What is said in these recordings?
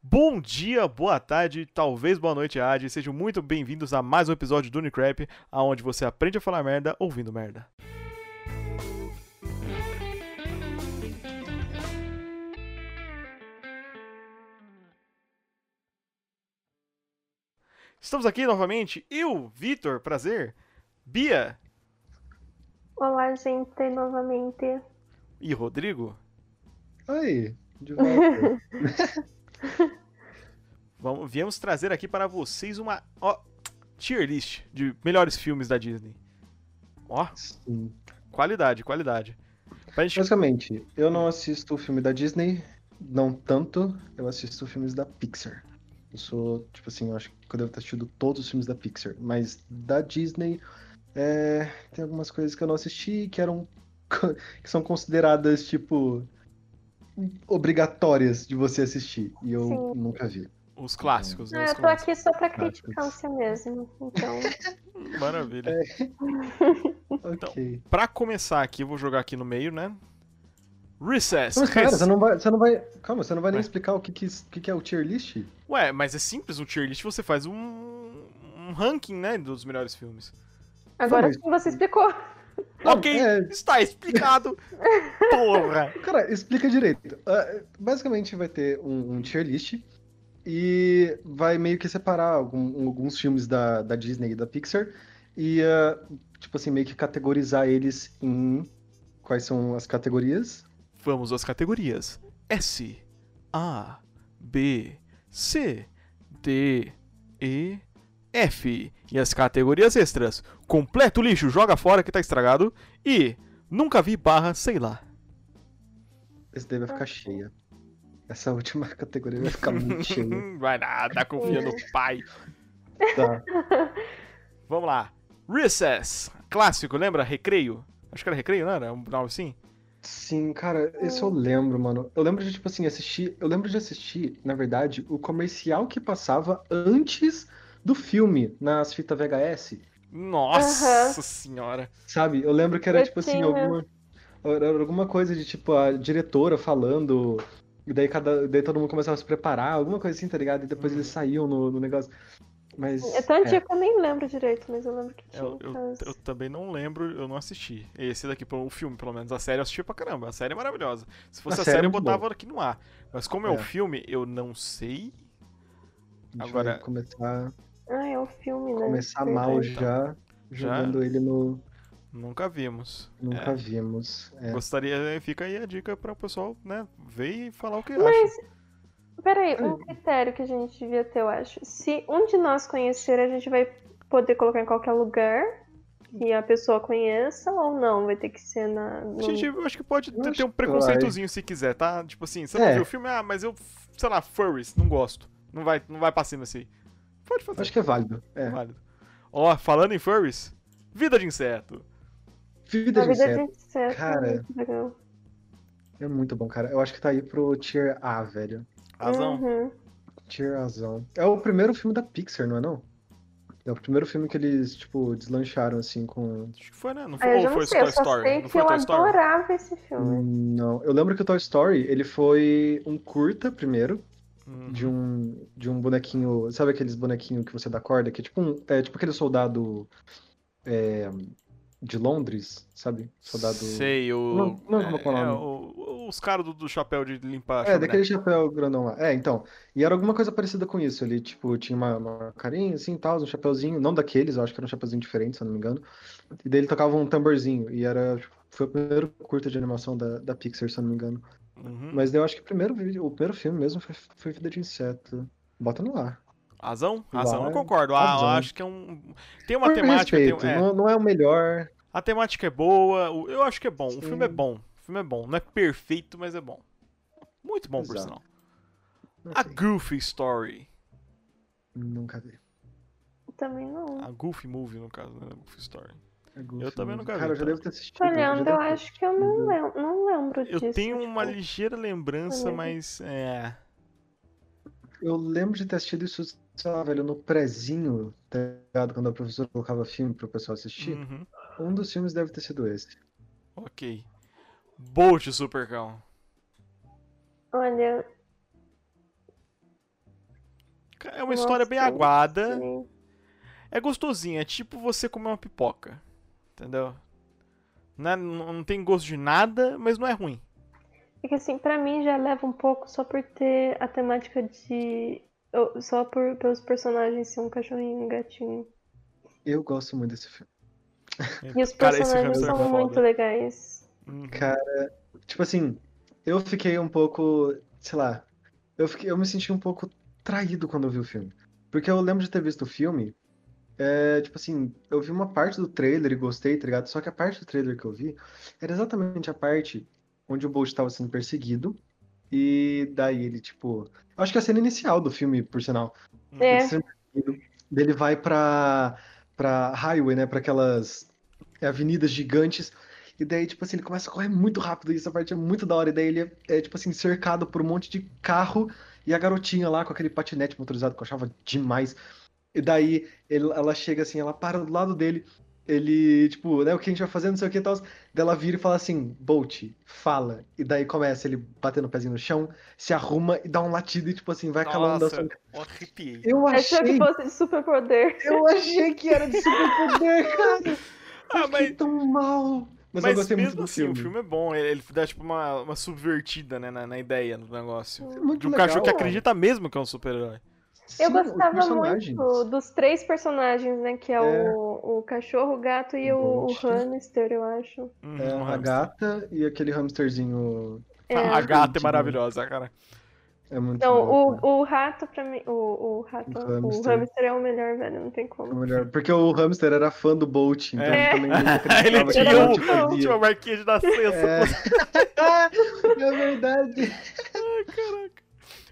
Bom dia, boa tarde, talvez boa noite, Ad. Sejam muito bem-vindos a mais um episódio do Unicrap, aonde você aprende a falar merda ouvindo merda. Estamos aqui novamente, eu, Vitor, prazer, Bia Olá, gente, novamente. e Rodrigo. Oi, de volta. Vamos, viemos trazer aqui para vocês uma ó, tier list de melhores filmes da Disney. Ó, Sim. qualidade, qualidade. Pra gente... Basicamente, eu não assisto filme da Disney, não tanto, eu assisto filmes da Pixar. Eu sou, tipo assim, eu acho que eu devo ter assistido todos os filmes da Pixar, mas da Disney é, tem algumas coisas que eu não assisti que eram co- que são consideradas, tipo, obrigatórias de você assistir. E eu Sim. nunca vi. Os clássicos, né? Ah, Os eu tô clássicos. aqui só pra Clássicos. criticância mesmo. Então, Maravilha. É. Ok. Pra começar aqui, eu vou jogar aqui no meio, né? Recess. Mas, cara, Rec- você não vai. Você não vai calma, você não vai nem Ué. explicar o que, que, o que que é o tier list? Ué, mas é simples, um tier list você faz um, um ranking, né, dos melhores filmes. agora mas- sim você explicou. ok, é. está explicado. Porra. Cara, explica direito. Ah, basicamente vai ter um, um tier list e vai meio que separar algum- alguns filmes da, da Disney e da Pixar e, ah, tipo assim, meio que categorizar eles em quais são as categorias. Vamos às categorias. S, A, B, C, D, E, F. E as categorias extras. Completo lixo, joga fora que tá estragado. E nunca vi barra, sei lá. Esse daí vai ficar cheia. Essa última categoria vai ficar muito cheia. Hum, Vai nada, confia no pai. Tá. Vamos lá. Recess. Clássico, lembra? Recreio. Acho que era recreio, não era? Um nome assim? Sim, cara, isso eu lembro, mano. Eu lembro de, tipo assim, assistir. Eu lembro de assistir, na verdade, o comercial que passava antes do filme nas fitas VHS. Nossa Aham. senhora. Sabe, eu lembro que era Eu tipo assim, tinha. alguma, era alguma coisa de tipo a diretora falando, e daí cada, daí todo mundo começava a se preparar, alguma coisa assim, tá ligado? E depois Hum. eles saíam no, no negócio. Mas É tão antigo que eu nem lembro direito, mas eu lembro que tinha. Eu, eu- mas- eu também não lembro, eu não assisti. Esse daqui, pelo- o filme, pelo menos. A série eu assisti pra caramba. A série é maravilhosa. Se fosse a, A série, série é eu muito botava aqui no ar. Mas como é, o É. filme, eu não sei. a gente agora- vai começar, Ah, é um filme, né? começar mal Verdade. já, Já? jogando ele no Nunca vimos. Nunca Vimos. É. Gostaria, eh, fica aí a dica pra o pessoal, né, ver e falar o que acha. Mas, peraí, Hum. um critério que a gente devia ter, eu acho. Se um de nós conhecer, a gente vai poder colocar em qualquer lugar que a pessoa conheça ou não. Vai ter que ser na. no- A gente, eu acho que pode Eu ter, ter um acho que vai. preconceitozinho se quiser, tá? Tipo assim, você não É. viu o filme, ah, mas eu, sei lá, furries, não gosto. Não vai, não vai pra cima assim. Pode fazer, Acho que é válido. É. válido. Ó, falando em furries, vida de inseto. Vida Na de vida de inseto é inseto, Cara. muito legal. é muito bom, cara. Eu acho que tá aí pro Tier A, velho. Razão. Uhum. Tier Azão. É o primeiro filme da Pixar, não é não? É o primeiro filme que eles, tipo, deslancharam assim com Acho que foi, né? Não Ah, foi, eu já ou não foi sei, Toy eu só Story? né? sei Não que foi eu Toy Story? adorava esse filme. Hum, Não, eu lembro que o Toy Story, ele foi um curta primeiro, Hum. de um, de um bonequinho, sabe aqueles bonequinhos que você dá corda, que é tipo, um, é tipo aquele soldado é, de Londres, sabe? Soldado... Sei, o... Não- não, como é que é o é, nome? o- os caras do, do chapéu de limpar É, chaminé. daquele chapéu grandão lá. É, então. E era alguma coisa parecida com isso. Ele, tipo, tinha uma, uma carinha assim, tal, um chapéuzinho. Não daqueles, eu acho que era um chapéuzinho diferente, se eu não me engano. E daí ele tocava um tamborzinho. E era, tipo, foi o primeiro curta de animação da, da Pixar, se eu não me engano. Uhum. Mas daí eu acho que o primeiro, vídeo- o primeiro filme mesmo foi, foi Vida de Inseto. Bota no ar. Razão? Razão, Vai, eu concordo. Ah, eu razão. acho que é um... Tem uma Por temática... Tem, respeito, é. não, não é o melhor. A temática é boa, o- eu acho que é bom. O filme é Sim. bom. O filme é bom. Não é perfeito, mas é bom. Muito bom, por Exato. sinal. Não A sei, Goofy Story. Nunca vi. Também não. A Goofy Movie, no caso, né? A Goofy Story. É Goofy, também né? nunca vi, Cara, eu já então. devo ter assistido. Olhando, eu acho que eu não Uhum. lembro, não lembro disso. Eu tenho uma tipo, ligeira lembrança, Uhum. mas. É. Eu lembro de ter assistido isso, sei lá, velho, no prezinho, tá ligado? Quando a professora colocava filme pro pessoal assistir. Uhum. Um dos filmes deve ter sido esse. Ok. Bolt Supercão. Olha, É uma história bem aguada. É gostosinha, é tipo você comer uma pipoca. Entendeu? Não, é- não não tem gosto de nada, mas não é ruim. É que assim, pra mim já leva um pouco só por ter a temática de. eu- Só por pelos personagens ser um cachorrinho e um gatinho. Eu gosto muito desse filme. E os Cara, esse personagens hamster é são foda. muito legais. Uhum. Tipo assim, eu fiquei um pouco, sei lá, eu, fiquei, eu me senti um pouco traído quando eu vi o filme. Porque eu lembro de ter visto o filme, é, tipo assim, eu vi uma parte do trailer e gostei, tá ligado? Só que a parte do trailer que eu vi era exatamente a parte onde o Bolt estava sendo perseguido. E daí ele, tipo. Acho que é a cena inicial do filme, por sinal. uhum. É. Ele sempre indo. Daí Ele vai pra, pra highway, né? Pra aquelas avenidas gigantes. E daí, tipo assim, ele começa a correr muito rápido. E essa parte é muito da hora. E daí ele é, é, tipo assim, cercado por um monte de carro. E a garotinha lá com aquele patinete motorizado que eu achava demais. E daí ele- ela chega assim, ela para do lado dele. Ele, tipo, né? O que a gente vai fazer, não sei o que e tal. Daí ela vira e fala assim: Bolt, fala. E daí começa ele batendo o pezinho no chão, se arruma e dá um latido e, tipo assim, vai calando a Nossa, sua. eu arrepiei. Eu Achei achei que É fosse de superpoder. eu achei que era de superpoder, cara. Ah, Fiquei mas, tão mal. Mas, eu mas gostei muito mesmo do assim, filme. o filme é bom. Ele, ele dá tipo uma, uma subvertida né, na, na ideia do negócio. É muito De um legal, cachorro que cara. acredita mesmo que é um super-herói. Sim, Eu os gostava personagens. muito dos três personagens, né? Que é, O, o cachorro, o gato É e o, o Ghost. hamster, eu acho. Uhum, É, um a hamster. gata e aquele hamsterzinho É. A gata é Gente, maravilhosa, cara. é muito Não, legal, o, o rato pra mim. O, o rato, O ó, o hamster. hamster é o melhor, velho, não tem cara. É como. melhor. Porque o hamster era fã do Bolt, então É. ele também não Ele acreditava que tinha, era o, Bolt muito tinha bom. uma fazia. marquinha de nascença. É. é verdade.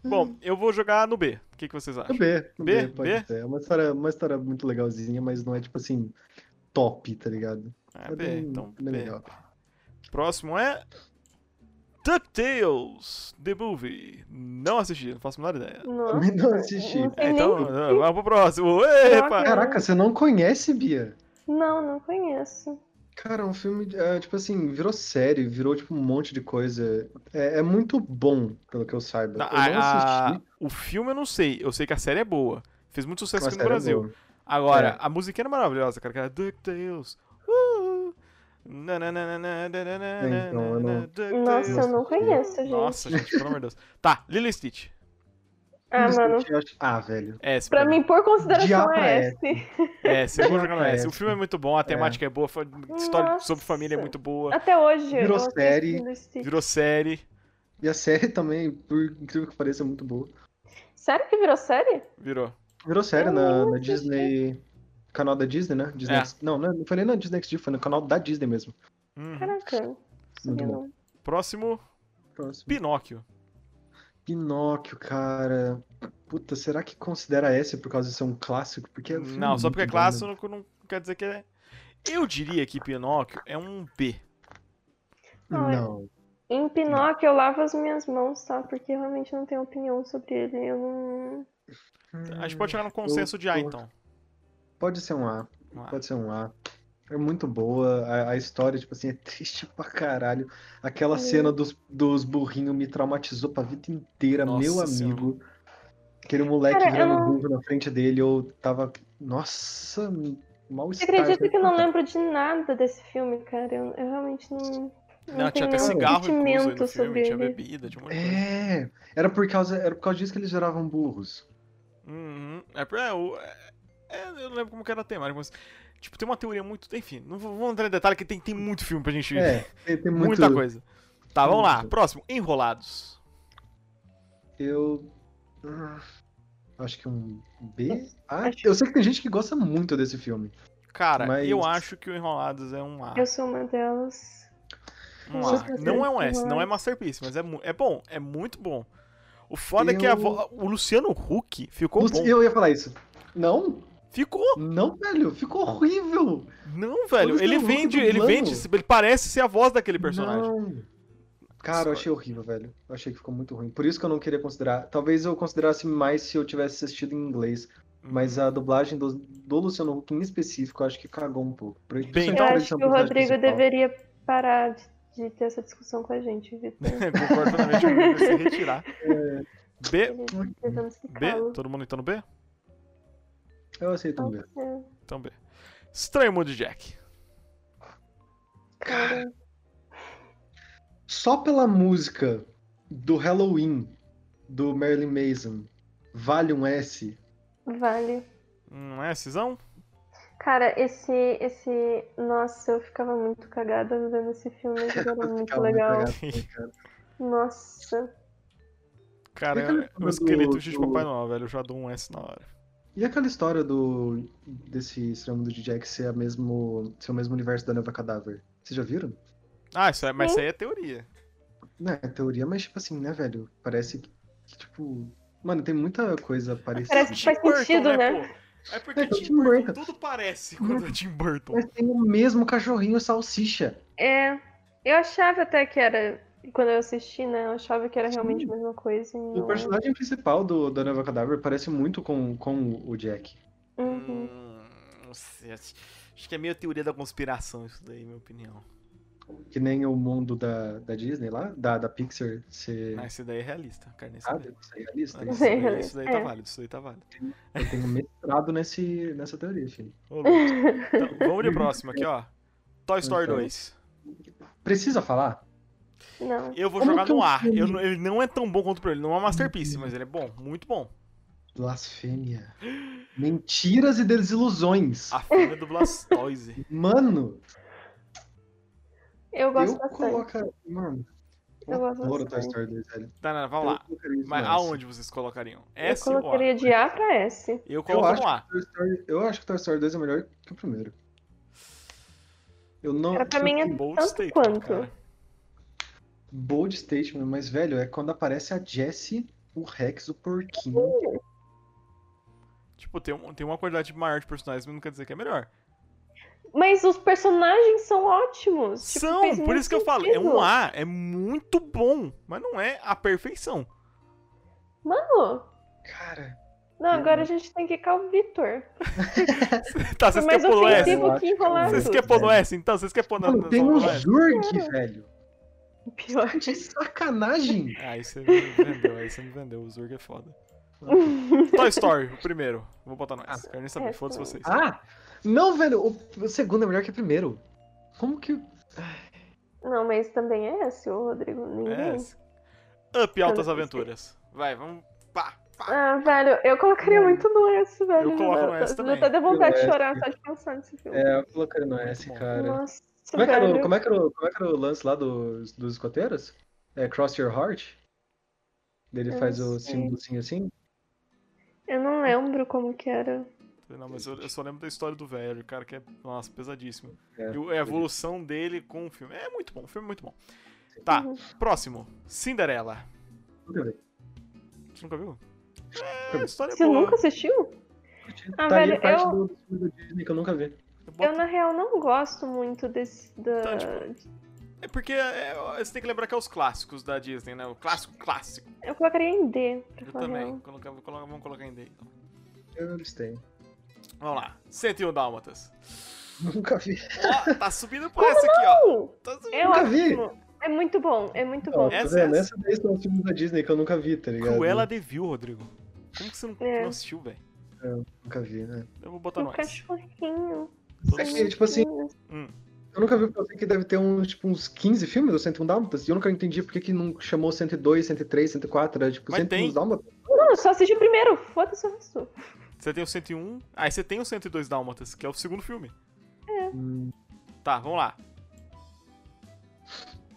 Bom, eu vou jogar no B. O que, que vocês No acham? B, no B, B, pode B? ser. É uma história, uma história muito legalzinha, mas não é tipo assim, top, tá ligado? Ah, É B, bem- então bem B. legal. Próximo é. DuckTales, The Movie. Não assisti, não faço a menor ideia. Nossa. Também não assisti. Não sei É, nem. então, vamos pro próximo. Epa! Caraca, você não conhece, Bia? Não, não conheço. Cara, um filme, é, tipo assim, virou série, virou tipo um monte de coisa. É, é muito bom, pelo que eu saiba. Não, Eu não a- a- assisti, o filme eu não sei. Eu sei que a série é boa. Fez muito mas sucesso aqui no série é Brasil. boa. Agora, É. a musiquinha era maravilhosa, cara. Que era DuckTales. Uh! Nananana, nananana, Então, eu não- DuckTales. Nossa, eu não assisti. conheço, gente. Nossa, gente, pelo amor de Deus. Tá, Lilo e Stitch. ah, Mas mano. eu acho- Ah, velho. É, esse Pra filme. mim, por consideração, Diabo é é esse. É, esse eu vou jogar no É. S. O filme é muito bom, a temática é, boa, foi- história Nossa. Assim. sobre família é muito boa. Até hoje. eu Virou assisto série, Lilo e Stitch. Virou série. E a série também, por incrível que pareça, é muito boa. Sério que virou série? Virou. Virou série Eu na, não na Disney. Canal da Disney, né? Disney É. X- Não, não, não foi nem na Disney XD, foi no canal da Disney mesmo. Uhum. Caraca. não sabia bom. não. Próximo, Próximo. Pinóquio. Pinóquio, cara. Puta, será que considera essa por causa de ser um clássico? Porque é um filme Não, só porque é muito bom, né? clássico não, não quer dizer que é. Eu diria que Pinóquio é um B. Não, é- Não. Em Pinóquio, eu lavo as minhas mãos, tá? Porque eu realmente não tenho opinião sobre ele. Eu não. é A gente pode chegar Hum, num consenso de A, eu- então. Pode ser um A. Um A. Pode ser um A. É muito boa. A, a história, tipo assim, é triste pra caralho. Aquela Uhum. cena dos, dos burrinhos me traumatizou pra vida inteira, Nossa meu Senhora. amigo. Aquele moleque Cara, eu virando não- burro na frente dele, eu tava. Nossa, mal Você estar. acredita que eu não lembro de nada desse filme, cara? Eu, eu realmente não. Não, tinha tenho até nenhum cigarro incluso aí sentimento no filme, sobre tinha ele. bebida, tinha um monte de coisa. É, era por causa, era por causa disso que eles geravam burros. Uhum. É, pra- é, o- é- é, eu não lembro como que era a temática, mas. Tipo, tem uma teoria muito. Enfim, não vou, vou entrar em detalhe, que tem, tem muito filme pra gente. É, tem, tem muito- Muita coisa. Tá, vamos lá. muito. Próximo, Enrolados. Eu. hum, Acho que um B? Ah, Acho- eu sei que tem gente que gosta muito desse filme. Cara, Mas- eu acho que o Enrolados é um A. Eu sou uma delas. Um Vocês A. preferem Não é um S, Enrolados? não é Masterpiece, mas é, mu- é bom, é muito bom. O foda é que Eu- a vo- o Luciano Huck ficou Luci- bom. Eu ia falar isso. Não, Ficou? Não, velho, ficou horrível. Não, velho. Luciano Ele Huck vende, ele dublando. vende, ele parece ser a voz daquele personagem. Não. Cara, eu achei horrível, velho. Eu achei que ficou muito ruim. Por isso que eu não queria considerar. Talvez eu considerasse mais se eu tivesse assistido em inglês. Mas a dublagem do, do Luciano Huck em específico, eu acho que cagou um pouco. Por- principalmente então- eu por ele ser acho um que o personagem Rodrigo principal. deveria parar de, de ter essa discussão com a gente, Vitor. É. Concordo totalmente, eu vou se retirar. B? Tentamos que B? calo. Todo mundo então no B? Eu aceito um B. É, Então B. Estranho Mundo de Jack. é, cara. Só pela música do Halloween do Marilyn Mason, vale um S. Vale. Não é, Cisão? Cara, esse, esse. Nossa, eu ficava muito cagada vendo esse filme, ele era muito Ficava Hum, legal. muito cagado, cara. Nossa. Cara, Aquele o filme esqueleto do- de do- Papai Noel, velho. Eu já dou um S na hora. E aquela história do desse Estranho Mundo de Jack ser, a mesmo, ser o mesmo universo da Nova Cadáver? Vocês já viram? Ah, isso é, mas isso aí é teoria. Não, é teoria, mas tipo assim, né, velho? Parece que, que, tipo. Mano, tem muita coisa parecida. Parece Tipo, que faz sentido, né? pô? É porque É, Tim, Tim Burton, Burton. tudo parece quando é Tim Burton. Mas tem o mesmo cachorrinho salsicha. É. Eu achava até que era. Quando eu assisti, né? Eu achava que era realmente a mesma coisa. e O não é. personagem principal do, da Nova Cadáver parece muito com, com o Jack. Uhum. Hum, não sei. Acho acho que é meio teoria da conspiração isso daí, minha opinião. Que nem o mundo da, da Disney lá, da, da Pixar ser. Mas isso daí é realista, cara. Isso Ah, daí, isso aí é lista. isso daí, isso daí tá É. válido, isso daí tá válido. Eu tenho mestrado nesse, nessa teoria, filho. Ô, louco. Então, vamos de próximo aqui, ó. Toy Story Então. 2. Precisa falar? Não. Eu vou Como jogar que é no um ar. filme? Eu não- ele não é tão bom quanto o primeiro. Ele não é uma masterpiece, mas ele é bom. Muito bom. Blasfêmia. Mentiras e desilusões. A filha do Blastoise. Mano, Eu gosto eu bastante. colocaria. Mano, Eu gosto adoro Toy bastante. Story 2, velho. Tá, não, não, vamos Eu lá. colocaria isso Mas no S. aonde vocês colocariam? S eu ou colocaria A? de A pra S. Eu Eu coloco acho, no A. que Toy Story, eu acho que Toy Story 2 é melhor que o primeiro. Eu não. Cara, pra mim é Bold tanto statement, quanto. cara. Bold statement, mas, velho, é quando aparece a Jessie, o Rex, o porquinho. Tipo, tem, um- tem uma qualidade maior de personagens, mas não quer dizer que é melhor. Tipo, Mas os personagens são ótimos. Tipo, São, faz por muito isso que eu falo, é sentido. um A, é muito bom, mas não é a perfeição. Mano, Cara, não, agora a gente tem que ir com o Vitor. tá, Foi vocês mais querem pôr no S? ofensivo que enrolado. Vocês querem pôr no S, então? Vocês querem pôr na- Mano, na- É. tem na- um na- Zurg, velho. Pior. Que sacanagem. Aí você me vendeu, aí você me vendeu, o Zurg é foda. Toy Story, o primeiro. Vou botar no S, quero nem saber, é, foda-se tá. vocês. Ah, não, velho. O, o segundo é melhor que o primeiro. Como que. Não, mas também é S, ô Rodrigo. Ninguém. É S. é? Up Altas Eu não sei. Aventuras. Vai, vamos. Pá, pá. Ah, velho, eu colocaria muito no S, velho. Eu coloco já no dá- S já também. dá até vontade de Eu chorar só de pensar nesse filme. É, eu colocaria no S, Muito bom. cara. Nossa, Como é, que era, o- velho. como, é que era, o- como é que era o lance lá dos, dos escoteiros? É Cross Your Heart? Ele Eu faz não o sei. símbolozinho assim? Eu não lembro como que era. Não, mas eu, eu só lembro da história do velho, cara, que é, nossa, pesadíssimo. É, E o- a evolução dele com o filme. É muito bom, o filme é muito bom. Tá, Uhum. próximo. Cinderela. Nunca vi. Você nunca viu? É, Nunca a vi. história é Você boa. nunca assistiu? Ah, tá velho, ali parte eu- do do filme da Disney que eu nunca vi. Eu, na real, não gosto muito desse. Da... Tá, tipo, É porque é, você tem que lembrar que é os clássicos da Disney, né? O clássico clássico. Eu colocaria em D, pra Eu falar a também. real. Coloca- vou colocar- vamos colocar em D. Então. Eu abstenho. Vamos lá. 101 Dálmatas. Nunca vi. Ó, tá subindo por essa aqui, ó. Não, Tá subindo. É Nunca vi. ótimo. É muito bom, é muito Ó, bom. É tá Essa- vendo? essa- Essa daí são os filmes da Disney que eu nunca vi, tá ligado? Cruella de Vil, Rodrigo. Como que você não, É. não assistiu, velho? Nunca vi, né? Eu vou botar Um no S. cachorrinho. um Todo É mundo- que, tipo assim, Hum. eu nunca vi, porque eu sei que deve ter uns, tipo, uns 15 filmes do 101 Dálmatas, e eu nunca entendi por que que não chamou 102, 103, 104, era tipo Mas 101 tem. Dálmatas. Não, só assisti o primeiro. Foda-se o resto. Você tem o 101. Aí você tem o 102 Dálmatas, que é o segundo filme. Hum, Tá, vamos lá.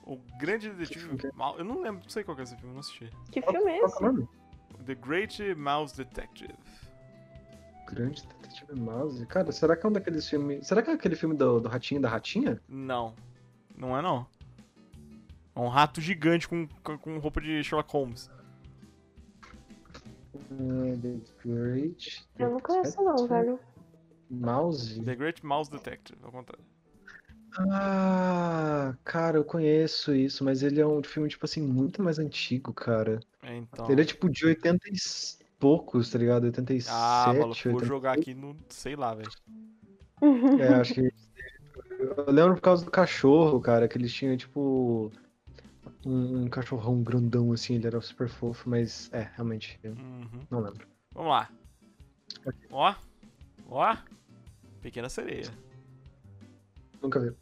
O Grande Detetive Mal. Eu não lembro, não sei qual que é esse filme, eu não assisti. Que qual- filme é qual que esse? é o nome? The Great Mouse Detective. Grande Detetive Mouse. Cara, será que é um daqueles filmes... Será que é aquele filme do, do ratinho e da ratinha? Não. Não é não. É um rato gigante com, com, com roupa de Sherlock Holmes. Uh, the Great... Eu não conheço, não, velho. Mouse? The Great Mouse Detective, ao contrário. Ah, cara, eu conheço isso, mas ele é um filme, tipo assim, muito mais antigo, cara. É, então. Ele é tipo de 80 e s- poucos, tá ligado? 87, Ah, maluco, vou 80 jogar aqui no. sei lá, velho. É, acho que. Eu lembro por causa do cachorro, cara, que eles tinham, tipo. um, um cachorrão grandão assim, ele era super fofo, mas é, realmente, eu Uhum. não lembro. Vamos lá. Ó. Ó. Pequena sereia. Nunca vi.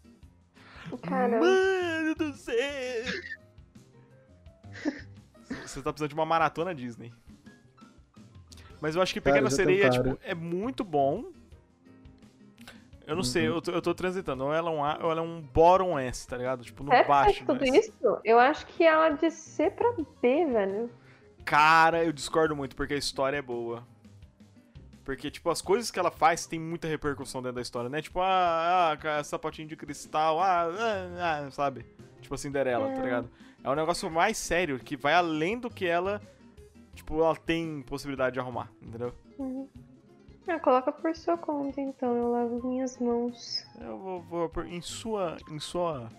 Caramba. Mano do céu! Você tá precisando de uma maratona Disney. Mas eu acho que Cara, Pequena já Sereia tentaram. tipo, é muito bom. Eu não sei, Uhum. eu tô, eu tô transitando. Ou ela é um, A- ou ela é um bottom S, tá ligado? Tipo, no É, faz baixo. do tudo S. isso? Eu acho que ela de C pra B, velho. Cara, eu discordo muito, porque a história é boa. Porque, tipo, as coisas que ela faz tem muita repercussão dentro da história, né? Tipo, ah, ah ca- sapatinho de cristal, ah, ah, ah, sabe? Tipo a Cinderela, tá É. ligado? É um negócio mais sério, que vai além do que ela, tipo, ela tem possibilidade de arrumar, entendeu? Ah, coloca por sua conta, então. Eu lavo minhas mãos. Eu vou, vou por- em sua, em sua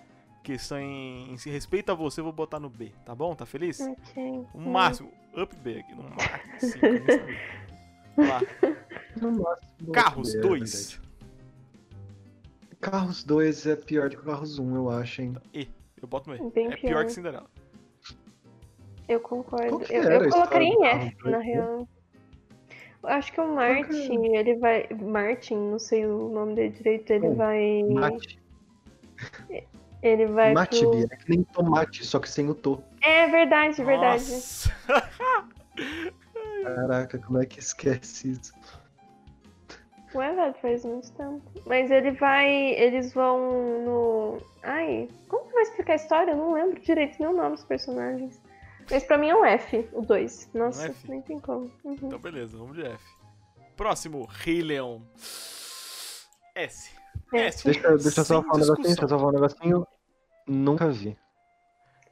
questão, em, em se respeito a você, eu vou botar no B, tá bom? Tá feliz? Ok. O máximo, up B aqui, no máximo. cinco, nem sabe. Vamos lá. No máximo, Carros é, 2. verdade. Carros 2 é pior do que Carros 1, eu acho, hein? E, eu boto no E. Bem é pior, pior. que Cinderela. Eu concordo. Qual que Eu, era a eu colocaria em história do F, carro na preto? real. Eu Acho que é o é? Martin, ele vai. Martin, não sei o nome dele direito, ele Bom, vai. Um Mate. Ele vai. Mate, pro- Bia. É que nem tomate, só que sem o to. É verdade, verdade. Nossa. Caraca, como é que esquece isso? Ué, velho, faz muito tempo. Mas ele vai. Eles vão no. Ai, como que vai explicar a história? Eu não lembro direito nem o nome dos personagens. Mas pra mim é um F, o 2. Nossa, Um F? nem tem como. Uhum. Então, beleza, vamos de F. Próximo, Rei Leão. S. S. Deixa, deixa eu só Sem falar um negocinho, deixa discussão. eu só falar um negocinho. Nunca vi.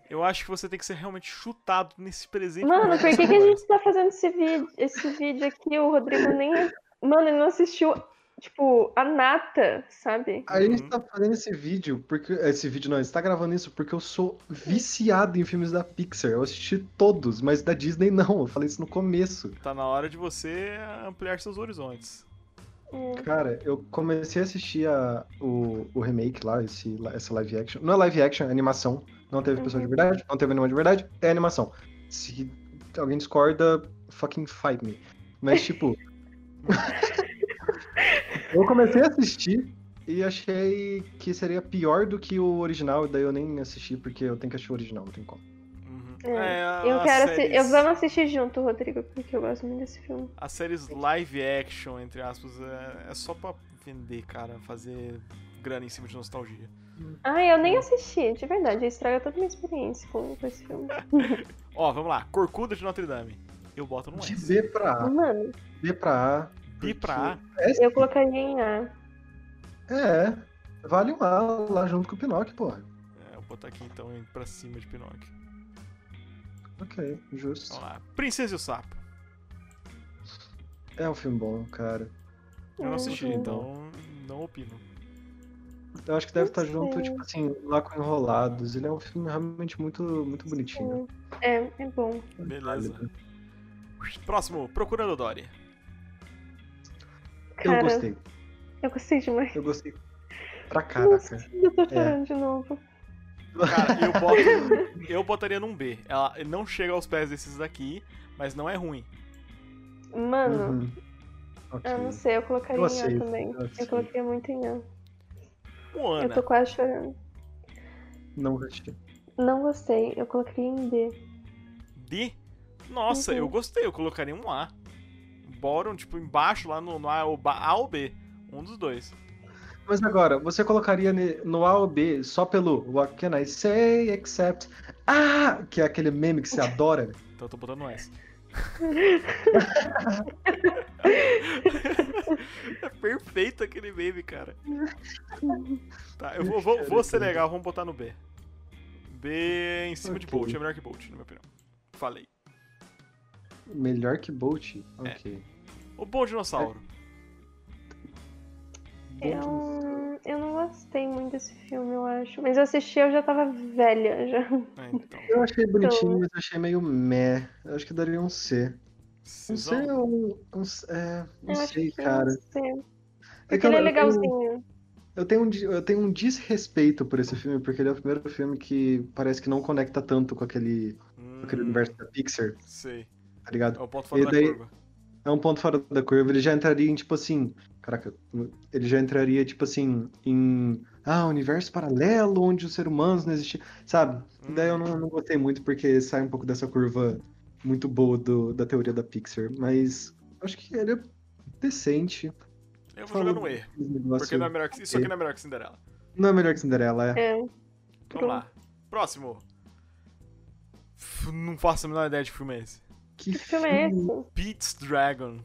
Eu acho que você tem que ser realmente chutado nesse presente. Mano, por momento. que, que a gente tá fazendo esse vídeo, esse vídeo aqui? O Rodrigo nem. Mano, ele não assistiu, tipo, a nata, sabe? Aí Uhum. a gente tá fazendo esse vídeo, porque. Esse vídeo não, a gente tá gravando isso porque eu sou viciado em filmes da Pixar. Eu assisti todos, mas da Disney não. Eu falei isso no começo. Tá na hora de você ampliar seus horizontes. Ah, Cara, eu comecei a assistir a- o, o remake lá, esse, essa live action. Não é live action, é animação. Não teve pessoa de verdade, não teve nenhuma de verdade, é animação. Se alguém discorda, fucking fight me. Mas, tipo. eu comecei a assistir e achei que seria pior do que o original, e daí eu nem assisti porque eu tenho que assistir o original, não tem como. Uhum. É, É, Eu as quero assi- eu séries- Vamos assistir junto, Rodrigo, porque eu gosto muito desse filme. As séries live action, entre aspas, é, é só pra vender, cara. Fazer grana em cima de nostalgia. Ah, eu nem assisti, de verdade. Estraga toda a minha experiência com, com esse filme. Ó, vamos lá. Corcunda de Notre Dame. Eu boto no De S. B pra A, Mano, B pra A. B pra A. porque- eu colocaria em A. É, vale um A lá junto com o Pinocchio, porra. É, eu vou botar aqui então em- pra cima de Pinóquio. Ok, justo. Vamos lá. Princesa e o Sapo. É um filme bom, cara. Eu não assisti, Uhum. então não opino. Eu acho que deve Não estar junto, sei. tipo assim, lá com Enrolados. Ele é um filme realmente muito, muito bonitinho. É, é bom. Beleza. né? Próximo, Procurando Dory. Eu Cara, gostei. eu gostei demais. Eu gostei pra Nossa, caraca. eu tô chorando de novo. Cara, eu, boto, eu botaria num B. Ela não chega aos pés desses daqui, mas não é ruim. Mano, Uhum. Ok. eu não sei, eu colocaria Eu em A aceito, também. eu Eu aceito. coloquei muito em A. Eu Moana. tô quase chorando. Não gostei. Não gostei, eu coloquei em B. D. Nossa, Uhum. eu gostei. Eu colocaria um A. Bottom, tipo, embaixo lá no, no A, ou ba- A ou B. Um dos dois. Mas agora, você colocaria ne- no A ou B só pelo What Can I Say Except Ah! Que é aquele meme que você adora. Então eu tô botando um S. é perfeito aquele meme, cara. Tá, eu vou, vou, vou ser legal, vamos botar no B. B em cima de Ok. Bolt, é melhor que Bolt, na minha opinião. Falei. Melhor que Bolt? Ok. O Bom Dinossauro. é É Bolt- Eu, eu não gostei muito desse filme, eu acho. Mas eu assisti, eu já tava velha já. É, então. Eu achei bonitinho, mas eu achei meio meh. Eu acho que daria um C. Um C Cisão. ou um. um C- é, não eu acho sei, que cara. não sei. É Porque que ele é eu- eu- legalzinho. Eu, Eu tenho, um, de- eu tenho um desrespeito por esse filme, porque ele é o primeiro filme que parece que não conecta tanto com aquele, com Hum. aquele universo da Pixar, Hum, Sei. tá ligado? É o ponto fora E da daí- curva. É um ponto fora da curva. Ele já entraria em, tipo assim. Caraca, ele já entraria, tipo assim, em. Ah, universo paralelo onde os seres humanos não existiam. Sabe? Hum. Daí eu não, não gostei muito porque sai um pouco dessa curva muito boa do- da teoria da Pixar. Mas acho que ele é decente. Eu vou Falou jogar no E. esse negócio. Porque não é melhor que... isso aqui não é melhor que Cinderela. Não é melhor que Cinderela, é. É. Vamos lá. Próximo. F- Não faço a menor ideia de filme é esse. Que Que filme é esse? Pete's Dragon.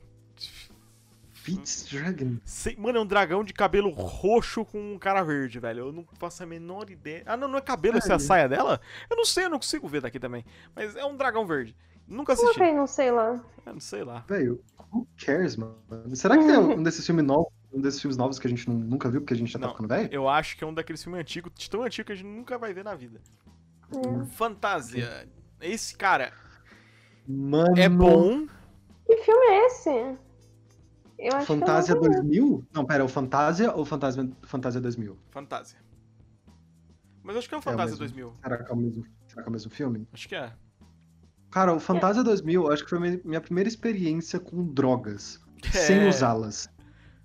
Pete's Dragon. Sei- Mano, é um dragão de cabelo roxo com um cara verde, velho. Eu não faço a menor ideia. Ah, não, não é cabelo, isso é a Sério? saia dela? Eu não sei, eu não consigo ver daqui também. Mas é um dragão verde. Nunca assisti. é? Coloquei, não sei lá. Eu não sei lá. Velho, who cares, mano? Será que é Uhum. um desses filmes novos? Um desses filmes novos que a gente nu- nunca viu, porque a gente já tá Não. ficando velho? Eu acho que é um daqueles filmes antigos, de tão antigo que a gente nunca vai ver na vida. É. Fantasia. Esse cara Mano. é bom. Que filme é esse? Eu acho Fantasia que eu não 2000? Não, pera, é o Fantasia ou Fantasia, Fantasia 2000? Fantasia. Mas acho que é um É Fantasia mesmo. 2000. Será que é o mesmo, será que é o mesmo filme? Acho que é. Cara, o Fantasia 2000, eu acho que foi mi- minha primeira experiência com drogas, É. sem usá-las.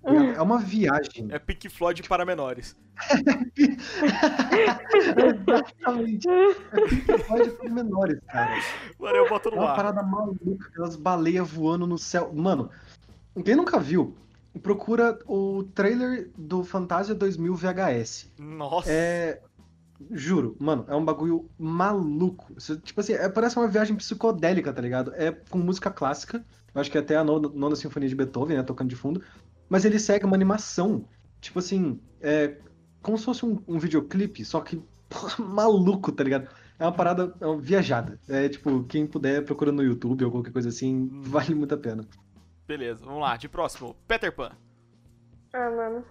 Hum. É uma viagem. É Pink Floyd para menores. É Exatamente. É Pink Floyd para menores, cara. Mano, eu boto É no uma ar. parada maluca, aquelas baleias voando no céu. Mano, quem nunca viu, procura o trailer do Fantasia 2000 VHS. Nossa. É. Juro, mano, é um bagulho maluco. Isso, Tipo assim, é- parece uma viagem psicodélica, tá ligado? É com música clássica. Eu acho que é até a nona, nona Sinfonia de Beethoven, né? Tocando de fundo. Mas ele segue uma animação. Tipo assim, é. Como se fosse um, um videoclipe, só que porra, maluco, tá ligado? É uma parada é uma viajada. É tipo, quem puder procura no YouTube ou qualquer coisa assim, vale muito a pena. Beleza, vamos lá. De próximo, Peter Pan. Ah, mano.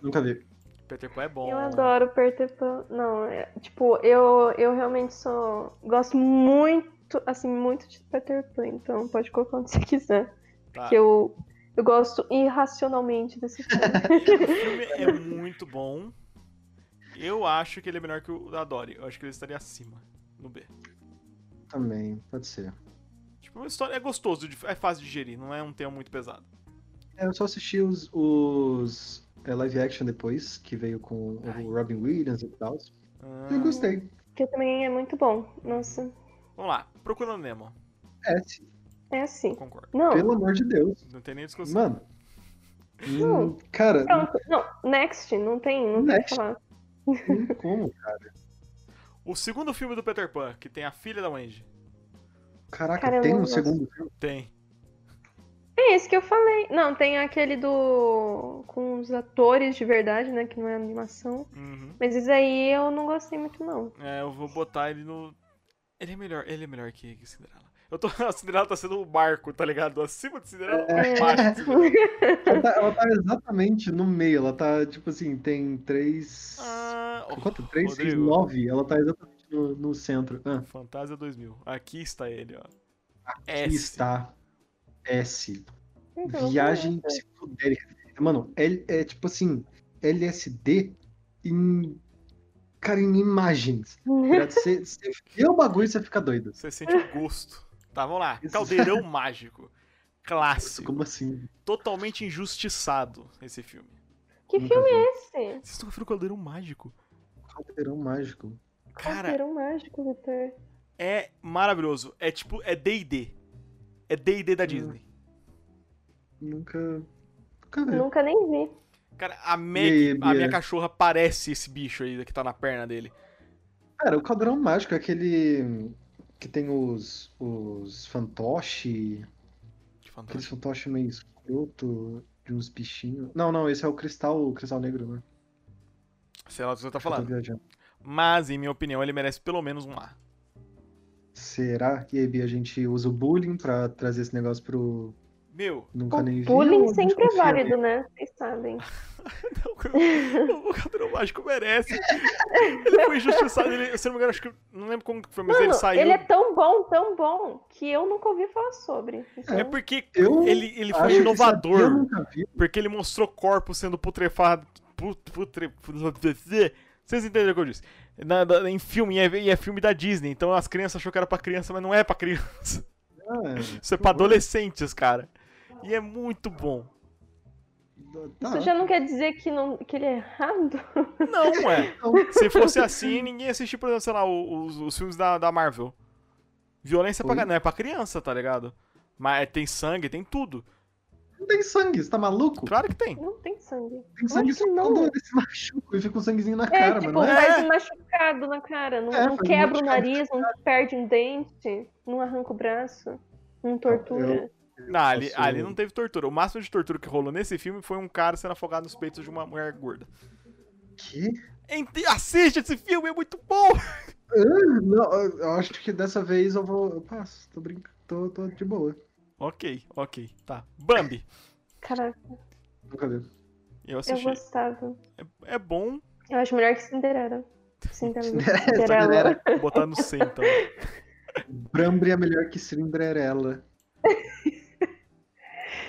Nunca vi. Peter Pan é bom. Eu adoro Peter Pan. Não, é- tipo, eu, eu realmente sou. Gosto muito, assim, muito de Peter Pan. Então pode colocar onde você quiser. Ah. Tá. Que eu, eu gosto irracionalmente desse filme. O filme é muito bom. Eu acho que ele é melhor que o da Dory. Eu acho que ele estaria acima, no B. Também, pode ser. Tipo, uma história é gostoso, de- é fácil de digerir, não é um tema muito pesado. É, eu só assisti os, os, é, live action depois, que veio com Ai. o Robin Williams e tal. Ah, Eu gostei. que também é muito bom. Nossa, vamos lá, Procurando Nemo. É, sim. é assim. Concordo. Não, pelo amor de Deus. Não tem nem discussão. Mano. Não. Hum, Cara, não pronto. Não, next, não tem, não tem o que Next. falar. tem como, cara. O segundo filme do Peter Pan, que tem a filha da Wendy. Caraca, Cara, eu tem não um gosto. segundo filme. Tem. É esse que eu falei. Não, tem aquele do. com os atores de verdade, né? Que não é animação. Uhum. Mas esse aí eu não gostei muito, não. É, eu vou botar ele no. Ele é melhor, ele é melhor que, que Cinderela. Eu tô... A Cinderela tá sendo o barco, tá ligado? Acima de Cinderela, É. abaixo de Cinderela. Ela tá, ela tá exatamente no meio. Ela tá, tipo assim, tem três. Ah, oh, Quanto? Três, seis, Rodrigo. nove. Ela tá exatamente no, no centro. Ah, Fantasia 2000. Aqui está ele, ó. aqui S. está. S. Então, eu não Viagem psicodélica. Mano, L- é tipo assim, LSD em. Cara, em imagens. tá gosto. Cara, Você você vê o bagulho e você fica doido. Você sente o gosto. Tá, vamos lá. Isso. Caldeirão Mágico. Clássico. Como assim? Totalmente injustiçado esse filme. Que Nunca filme vi. é esse? Vocês estão vendo o Caldeirão Mágico? Caldeirão mágico. Cara, Caldeirão mágico, Vitor. é maravilhoso. É tipo, é D&D. É D&D Hum. da Disney. Nunca. Nunca vi. Nunca nem vi. Cara, a E Meg, aí, a Bia? minha cachorra, parece esse bicho aí que tá na perna dele. Cara, o caldeirão mágico é aquele. Que tem os. Os fantoche. Que fantástico. Aqueles fantoche meio escroto. De uns bichinhos. Não, não, esse é o cristal, o cristal negro, né? Sei lá do que você tá Eu tô falando. viajando. Mas, em minha opinião, ele merece pelo menos um A. Será que Ebi, a gente usa o bullying pra trazer esse negócio pro, Meu, Nunca nem O vi. bullying ou a gente sempre é confia válido, né? Vocês sabem. Não, Então, o Cabelo Mágico merece. Ele foi injustiçado. Ele, se não me engano, acho que. Não lembro como que foi, mas Mano, ele saiu. é tão bom, tão bom, que eu nunca ouvi falar sobre. Então, É porque Eu ele, ele foi Acho que é sabia, eu inovador. nunca vi. Porque ele mostrou corpos sendo putrefados. Putre- putre- putre- Vocês entenderam o que eu disse? Na- da- em filme, e é, e é filme da Disney, então as crianças achou que era pra criança, mas não é pra criança. Ah, Isso é pra adolescentes, cara. E é muito bom. tá. Isso já não quer dizer que, não, que ele é errado? Não é. Então, Se fosse assim, ninguém ia assistir, por exemplo, sei lá, o- os, os filmes da, da Marvel. Violência pra, Oi? ga- não é pra criança, tá ligado? Mas é, tem sangue, tem tudo. não tem sangue, você tá maluco? Claro que tem. Não tem sangue. Tem sangue Claro que só quando não. ele se machuca e fica um sanguezinho na É, cara, tipo, mano. é- faz um machucado na cara. Não, É, não faz um quebra o machucado. nariz, não perde um dente, não arranca o braço, não tortura. Não, ali, Passou- ali não teve tortura. O máximo de tortura que rolou nesse filme foi um cara sendo afogado nos peitos de uma mulher gorda. é. Que? Ente- Assiste esse filme, é muito bom! Ah, não, eu- eu acho que dessa vez eu vou. Eu passo, tô brincando, tô, tô de boa. Ok, ok, tá. Bambi, Caraca, Nunca vi. eu eu assisti. gostava. É bom Eu acho melhor que Cinderela. Cinderela. é Cinderela. botar no C, então. Brambre é melhor que Cinderela.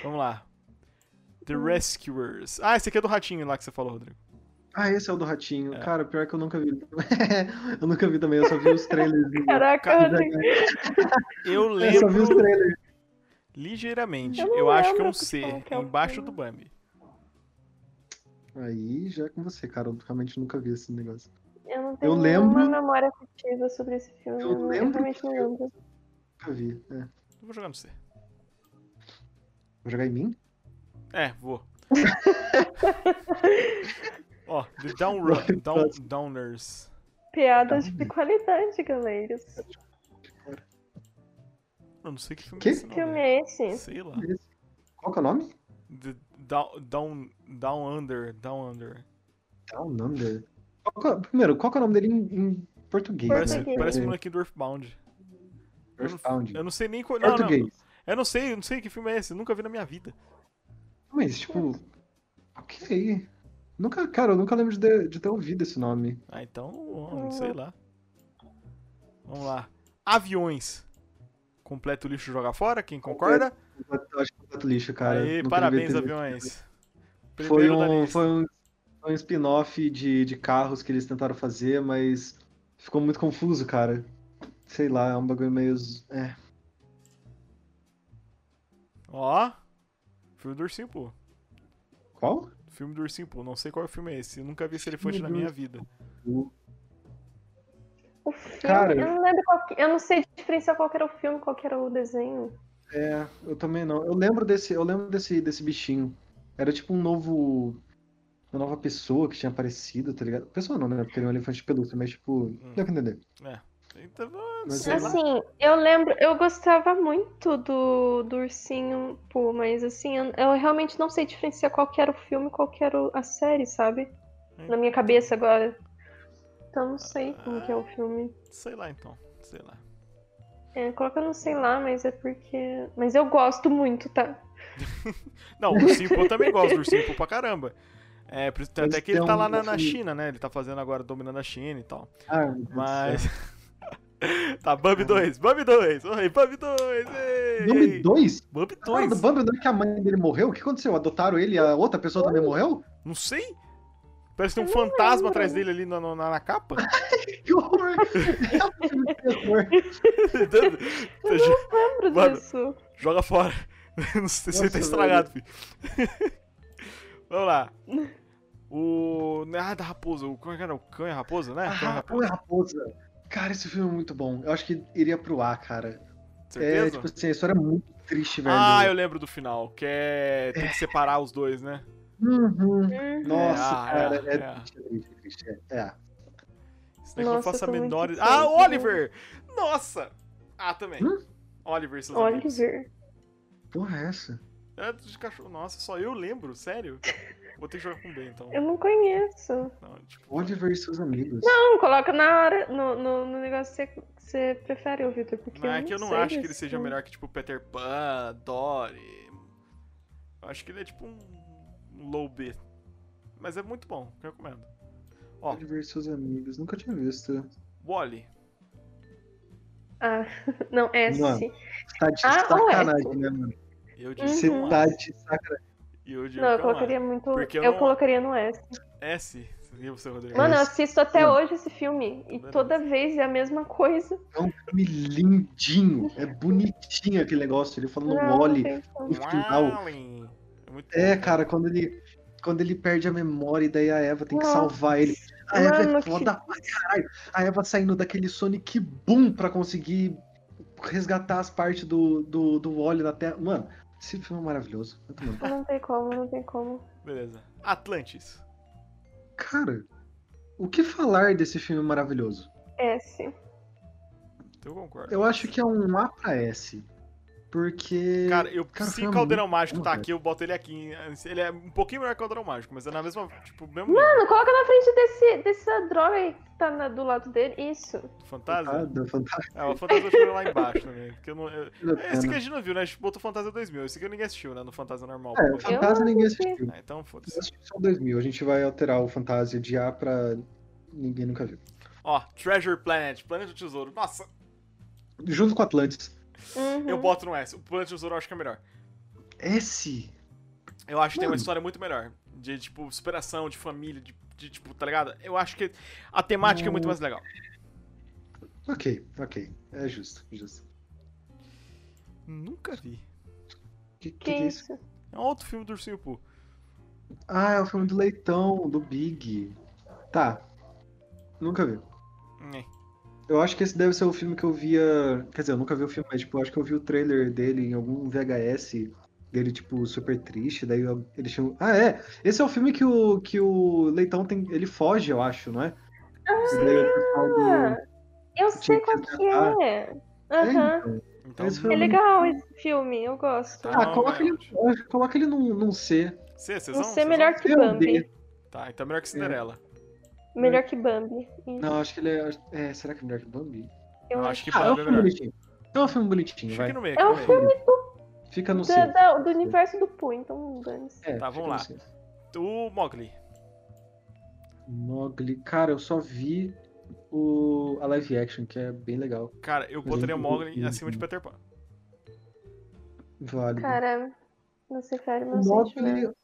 Vamos lá. The Rescuers. Ah, esse aqui é do ratinho lá que você falou, Rodrigo. Ah, esse é o do ratinho. É. Cara, pior que eu nunca vi. eu nunca vi também, eu só vi os trailers. Caraca, Cara, Rodrigo, Eu Eu só vi os lembro trailers. ligeiramente. Eu não Eu acho que é lembro um o que C, fala que é o embaixo filme. do Bambi. Aí já é com você, cara. Eu realmente nunca vi esse negócio. eu não tenho Eu lembro- nenhuma memória afetiva sobre esse filme. Eu Eu, não- eu lembro realmente que não eu- lembro. Nunca vi. É. Eu vou jogar no C. Vou jogar em mim? É, vou. Ó, The Downru- Down- Downers. Tá Piadas de qualidade, galera. Eu não sei que filme Que? é esse, não, Que filme velho. é esse? Sei lá. Esse. Qual que é o nome? The down, down, down Under, Down Under. Down Under. Qual que é- Primeiro, qual que é o nome dele em, em português? Parece, né? Português. parece um molequinho do Earthbound. Earthbound. Eu não sei nem qual. Não, não. Português. Eu não sei, eu não sei que filme é esse, eu nunca vi na minha vida. Mas, tipo. Ok. Nunca, cara, eu nunca lembro de, ter- de ter ouvido esse nome. Ah, então, Hum. não sei lá. Vamos lá. Aviões. Completa o lixo joga fora, quem concorda? Eu acho que é um prato lixo, cara. Aí, Nunca parabéns, devia ter- aviões. Foi Primeiro da um, lista. foi um, foi um spin-off de, de carros que eles tentaram fazer, mas ficou muito confuso, cara. Sei lá, é um bagulho meio. z- É. Ó. Filme do Ursinho Poo. Qual? Filme do Ursinho Poo. Não sei qual filme é esse. Eu nunca vi esse elefante Filme na do minha Ursinho vida. O filme, Cara, eu não lembro qual que- eu não sei diferenciar qual que era o filme, qual que era o desenho. É, eu também não. Eu lembro desse, eu lembro desse, desse bichinho. Era tipo um novo. Uma nova pessoa que tinha aparecido, tá ligado? Pessoa não, né? Porque ele é um elefante de pelúcia, mas tipo. Hum. Deu pra entender. Então, Mas sei é- lá. Assim, eu lembro, eu gostava muito do, do ursinho, pô, mas assim, eu, eu realmente não sei diferenciar qual que era o filme, e qual que era o- a série, sabe? Hum. Na minha cabeça agora. Então não sei como que é o filme. Sei lá, então. Sei lá. É, coloca no sei lá, mas é porque. Mas eu gosto muito, tá? Não, o Ursinho Poo eu também gosta do Ursinho Poo pra caramba. É, por isso- Mas até que ele tem tá um- lá na, na um- China, né? Ele tá fazendo agora, dominando a China e tal. Ah, meu Deus do Mas. céu. tá, Bambi 2, Bambi 2, oi, Bambi 2, ei, Nome ei. 2? Bambi Ah, do 2, Bambi não é que a mãe dele morreu? O que aconteceu? Adotaram ele e a outra pessoa também morreu? não sei. Parece que tem um fantasma atrás dele ali na, na, na capa. Que horror! É um filme de terror. Lembro Mano, disso. Tá Joga fora. Não sei se ele tá Nossa, estragado, filho. Vamos lá. O. Ah, da raposa. O cão era o cão e a raposa, né? Cão e a Ah, raposa, Como é Raposa. Cara, esse filme é muito bom. Eu acho que iria pro ar, cara. É, certeza? tipo assim, a história é muito triste, velho. Ah, eu lembro do final, que é. Tem que separar os dois, né? Uhum. Hum. Nossa, Ah, cara, é, é, é. triste, é triste, é triste. É, é. Isso daqui eu não Nossa, faço a eu tô menor. muito Ah, triste, Oliver! Nossa! Ah, também. Hum? Oliver, seus amigos. Oliver. Porra, é essa? É de cachorro. Nossa, só eu lembro, sério? Vou ter que jogar com o Ben, então. Eu não conheço. Não, tipo, Oliver e seus amigos. Não, coloca na hora, no, no, no negócio que você- que você prefere, ô Vitor, porque não, eu é que eu não sei acho que ele desse seja filme. melhor que, tipo, Peter Pan, Dory. Eu acho que ele é, tipo, um low B. Mas é muito bom, eu recomendo. Ó. Oliver e seus amigos. Nunca tinha visto. Wally. Ah, não, S. Mano, Tá de Ah, ou é? sacanagem, né, mano? Eu digo Uhum. Você que é um tá A, de sacanagem. E eu digo não, eu que é um A. colocaria muito. Porque eu eu não- colocaria no S. S. Seria você, Rodrigo. Mano, eu Mas- assisto até Não. hoje esse filme. E Beleza. toda vez é a mesma coisa. É um filme lindinho. É bonitinho aquele negócio. Ele falando Não, não mole. tem um como. no final. Alien. É muito É, bom. cara, quando ele. Quando ele perde a memória e daí a Eva tem que Nossa. salvar ele. A Eva Mano, é que- foda pra caralho. A Eva saindo daquele Sonic Boom pra conseguir resgatar as partes do, do, do óleo da Terra. Mano, esse filme é maravilhoso. Eu tô mandando. Não tem como, não tem como. Beleza. Atlantis. Cara, o que falar desse filme maravilhoso? S. Eu concordo. Eu acho que é um A pra S. Porque. Cara, eu, Cara, se foi o Caldeirão muito Mágico bom, tá velho. aqui, eu boto ele aqui. Ele é um pouquinho melhor que o Caldeirão Mágico, mas é na mesma. Tipo, mesmo Mano, coloca na frente desse, dessa droga aí que tá na- do lado dele. Isso. nível. Fantasia. Fantasma, fantasma, É, o Fantasia eu acho que era lá embaixo também. Porque eu não, eu- esse que a é, gente não viu, né? A gente botou Fantasia 2000. Esse aqui ninguém assistiu, né? No Fantasia normal. o É, fantasma não ninguém assisti. assistiu. Ah, então, Eu foda-se. assisti só 2000. A gente vai alterar o Fantasia de A pra. Ninguém nunca viu. Ó, Treasure Planet, Planeta do Tesouro. Nossa, Junto com Atlantis. Uhum. eu boto no S. O Planeta do Tesouro eu acho que é melhor. S. Eu acho que tem uma Mano. história muito melhor. De, tipo, superação, de família, de, de, tipo, tá ligado? Eu acho que a temática é Uhum. muito mais legal. Ok, ok. É justo, justo. Nunca vi. Que, que, Que que é isso? isso? É um outro filme do Ursinho Pooh. Ah, é o filme do Leitão, do Big. Tá. Nunca vi. É. Eu acho que esse deve ser o filme que eu via. Quer dizer, eu nunca vi o filme, mas tipo, eu acho que eu vi o trailer dele em algum VHS dele, tipo, super triste. Daí eu- eles tinham. Ah, é! Esse é o filme que o, que o Leitão tem. Ele foge, eu acho, não é? E daí o pessoal do- É, Ah, eu sei Tinha que qual que é. É, Aham. então. Então, Esse não- É filme- legal esse filme, eu gosto. Tá. Ah, Não, coloca é ele, eu- coloca ele num, num C. C, vocês vão? Você é Vocês melhor vão? que Eu Bambi. dei. Tá, então é melhor que Cinderela. Melhor que Bambi. Não, acho que ele é. é, será que é melhor que Bambi? Eu, Eu acho que ah, é um Bambi é filme melhor. bonitinho. É um filme bonitinho, Fique vai. no meio, É um fica no meio. filme Fica no do, C. da- do universo do Pooh, então dane-se. É, Tá, fica vamos no lá. C. O Mowgli. Mowgli, cara, eu só vi o, a live action, que é bem legal. Cara, eu botaria o Mowgli acima Uhum. de Peter Pan. Válido. Cara, não sei, cara, o meu Mowgli, sentimento.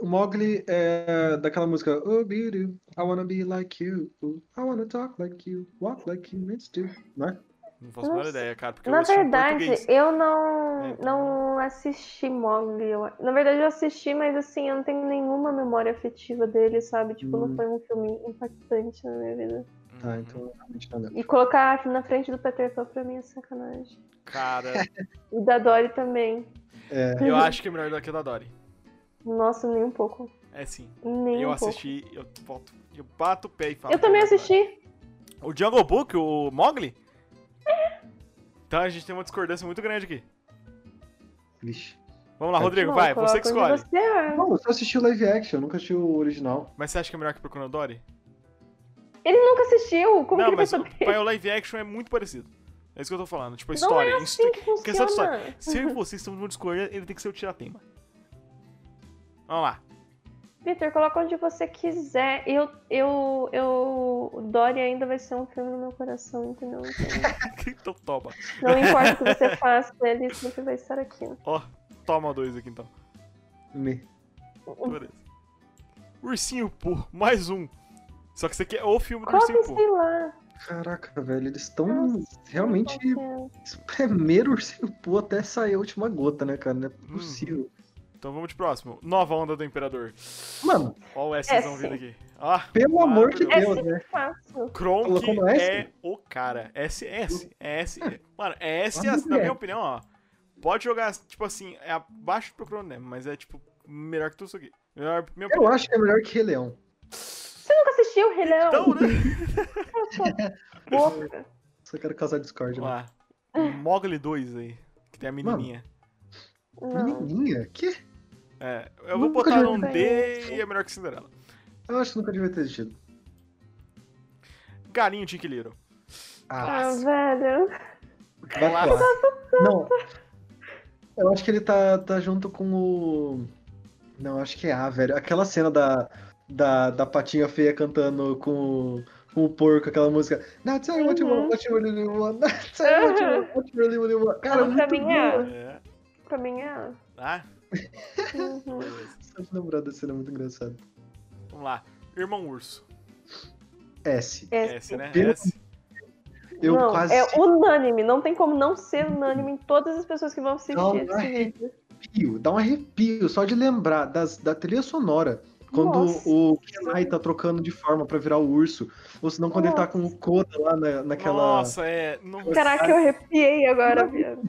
o Mowgli é daquela música Oh, beauty, I wanna be like you. I wanna talk like you. Walk like you meant to. Não é? Não faço a menor Nossa. ideia, cara, porque eu Na assisti em verdade, é- português. eu não, É, então- não assisti Mowgli. eu- Na verdade, eu assisti, mas assim, eu não tenho nenhuma memória afetiva dele, sabe? Tipo, Hum. não foi um filme impactante na minha vida. Uhum. Tá, então realmente não lembro. E colocar na frente do Peter Pan pra mim é sacanagem. Cara, E da Dory também. É, eu acho que é melhor do que a da Dory. Nossa, nem um pouco. É sim. Nem eu um assisti, eu boto, eu bato o pé e falo. pouco. Eu também que é melhor. assisti. O Jungle Book, o Mowgli? Então a gente tem uma discordância muito grande aqui. vixe. Vamos lá, Tá. Rodrigo, Não, vai, coloca você que onde escolhe. Você acha. Não, eu só assisti o live action, eu nunca assisti o original. Mas você acha que é melhor que Procurando Dory? Ele nunca assistiu. Como que Não, ele vai mas o, saber? pai, o live action é muito parecido. É isso que eu tô falando. Tipo, a Não história. é instru- assim que questão de funciona. Se eu e você estamos numa discórdia, ele tem que ser o tiratema. Vamos lá. Peter, coloca onde você quiser. Eu, eu, eu, o Dory ainda vai ser um filme no meu coração, entendeu? Então, então toma. não importa o que você faça, ele sempre vai estar aqui. Ó, toma dois aqui então. Me- Beleza. Ursinho Pooh, mais um. Só que esse aqui é o filme do Coloca, Ursinho Pooh. sei lá. Caraca, velho, eles estão Nossa, realmente qual que espremendo o ursinho Poo até sair a última gota, né, cara? Não é possível. Então vamos de próximo. Nova Onda do Imperador. Mano, Ó o S. São vindo aqui. Ó, pelo amor de Maravilhoso. Deus, né? é fácil. Kronk Colocou no S? é o cara. S, S, é S. Mano, é S, Olha as- o na que é. minha opinião, ó. Pode jogar, tipo assim, é abaixo do Procurando Nemo, mas é tipo melhor que tudo isso aqui. Melhor, minha Eu opinião. acho que é melhor que Rei Leão. Você nunca assistiu o Rei Leão? Então, né? Boca. Só quero causar discórdia. Vamos Né? lá. Mogli 2 aí, que tem a menininha. Não. Menininha? Que? É, eu vou Nunca botar joguei num D e é melhor que Cinderela. Eu acho que nunca devia ter existido. Galinho de Inquilino. Ah, Ah, velho. vai lá. Não. Eu acho que ele tá, tá junto com o. Não, acho que é A, velho. Aquela cena da, da, da patinha feia cantando com, o- com o porco, aquela música. That's what you want, what you really want. That's what you want, what you really want. Cara, Não, pra muito mim é. bom. É. Pra mim é. Tá? Uhum. Beleza. Só de lembrar da cena é muito engraçado. Vamos lá. Irmão Urso. S. S, né? Pelo- S. Eu É, não, quase é unânime, não tem como não ser unânime em todas as pessoas que vão assistir Tipo, Dá um esse vídeo. arrepio, dá um arrepio só de lembrar das- da trilha sonora. Quando Nossa. o Kenai tá trocando de forma pra virar o urso. Ou senão quando ele tá com o Koda lá na- naquela. Nossa, é. Nossa. Caraca, eu arrepiei agora, viado.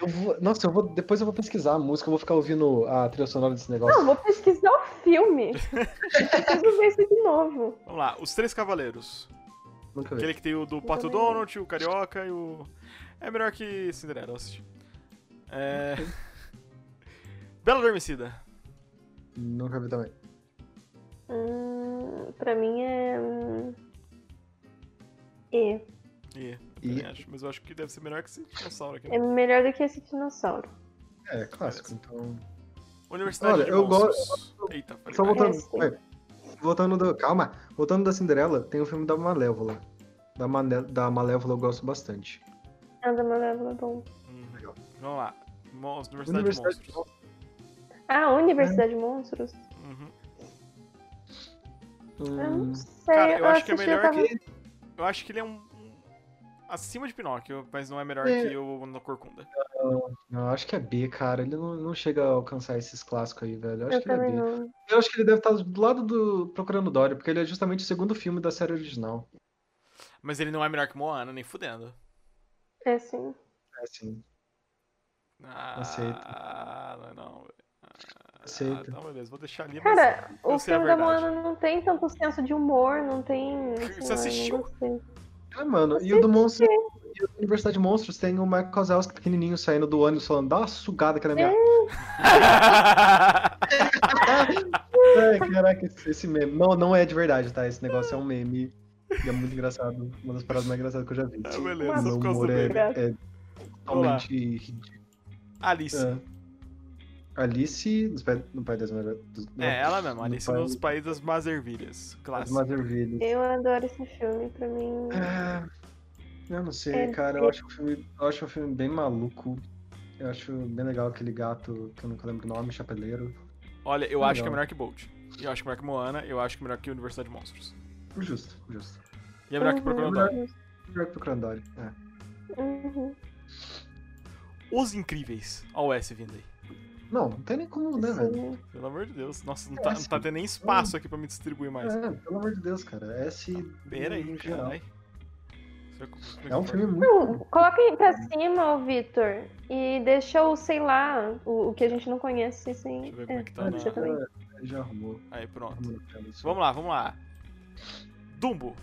Eu vou- nossa, eu vou, depois eu vou pesquisar a música, eu vou ficar ouvindo a trilha sonora desse negócio. Não, vou pesquisar o filme. Preciso ver isso de novo. Vamos lá, os três cavaleiros. Nunca vi. Aquele que tem o do Pato também não. Donald, o Carioca e o. É melhor que Cinderela, eu assisti. É. Bela Adormecida. Nunca vi também. Hum, pra mim é. hum, E. E, eu E- também acho, mas eu acho que deve ser melhor que esse dinossauro aqui. né? É melhor do que esse dinossauro. É, clássico, então. Universidade Olha, de eu gosto- Monstros. Eita, falei. Só merda. voltando. esse. ué, voltando do. Calma! Voltando da Cinderela, tem o filme da Malévola. Da, Mané- da Malévola eu gosto bastante. Ah, da Malévola é bom. Hum, Legal. Vamos lá. Mon- Universidade, de Monstros. Ah, Universidade Monstros? Uhum. Eu Hum, não sei. Cara, eu acho que é assisti, eu melhor tava- que. Eu acho que ele é um. um- Acima de Pinóquio, mas não é melhor É. que o no Corcunda. não, eu acho que é B, cara. Ele não, não chega a alcançar esses clássicos aí, velho. Eu acho Eu que ele é também B. não. Eu acho que ele deve estar do lado do Procurando Dory, porque ele é justamente o segundo filme da série original. Mas ele não é melhor que Moana, nem fudendo. É sim. É assim. Ah, Aceito. não, é não. velho. Ah, Aceito. Tá, beleza, vou deixar ali. Cara, eu o sei é a filme da verdade. Moana não tem tanto senso de humor, não tem. sei Você lá, assistiu? Não gostei. É, mano. E o do Monstro. E o da Universidade de Monstros tem o Michael Kozlowski pequenininho saindo do ônibus falando, dá uma sugada aqui na minha. mas... Ai, caraca, esse esse meme. Não, não é de verdade, tá? Esse negócio é um meme. E é muito engraçado. Uma das paradas mais engraçadas que eu já vi. Ah, beleza, O meu por causa humor do é, meme. é totalmente ridículo. Alice. Ah, Alice, nos pais, no Pai das Maravilhas. É, ela mesma, Alice pai nos Países das Mazervilhas. das Clássico. Maravilhas. Eu adoro esse filme, pra mim. Ah, eu não sei, É, cara. é. Eu acho, um filme, eu acho um filme bem maluco. Eu acho bem legal aquele gato que eu nunca lembro o nome, chapeleiro. Olha, eu acho que é Legal. melhor que Bolt. Eu acho que é melhor que Moana, eu acho que é melhor que Universidade de Monstros. Justo, justo. E é melhor que Uhum. Procurando Dory. Uhum. Melhor que o Crandori. É. Uhum. Os Incríveis. Olha o S vindo aí. Não, não tem nem como, né, velho? Sim. Pelo amor de Deus. Nossa, não tá, não S. tá tendo é. nem espaço aqui pra me distribuir mais. É, pelo amor de Deus, cara. é Esse. Pera no Tá aí, geral. caralho. Isso como que É um foi? filme muito. Não, coloca aí pra cima, ô Vitor, e deixa o, sei lá, o, o que a gente não conhece, assim. Deixa eu ver como é que tá é, na- você também. É, Já arrumou. Aí, pronto. arrumou na tela, isso. Vamos lá, vamos lá. Dumbo.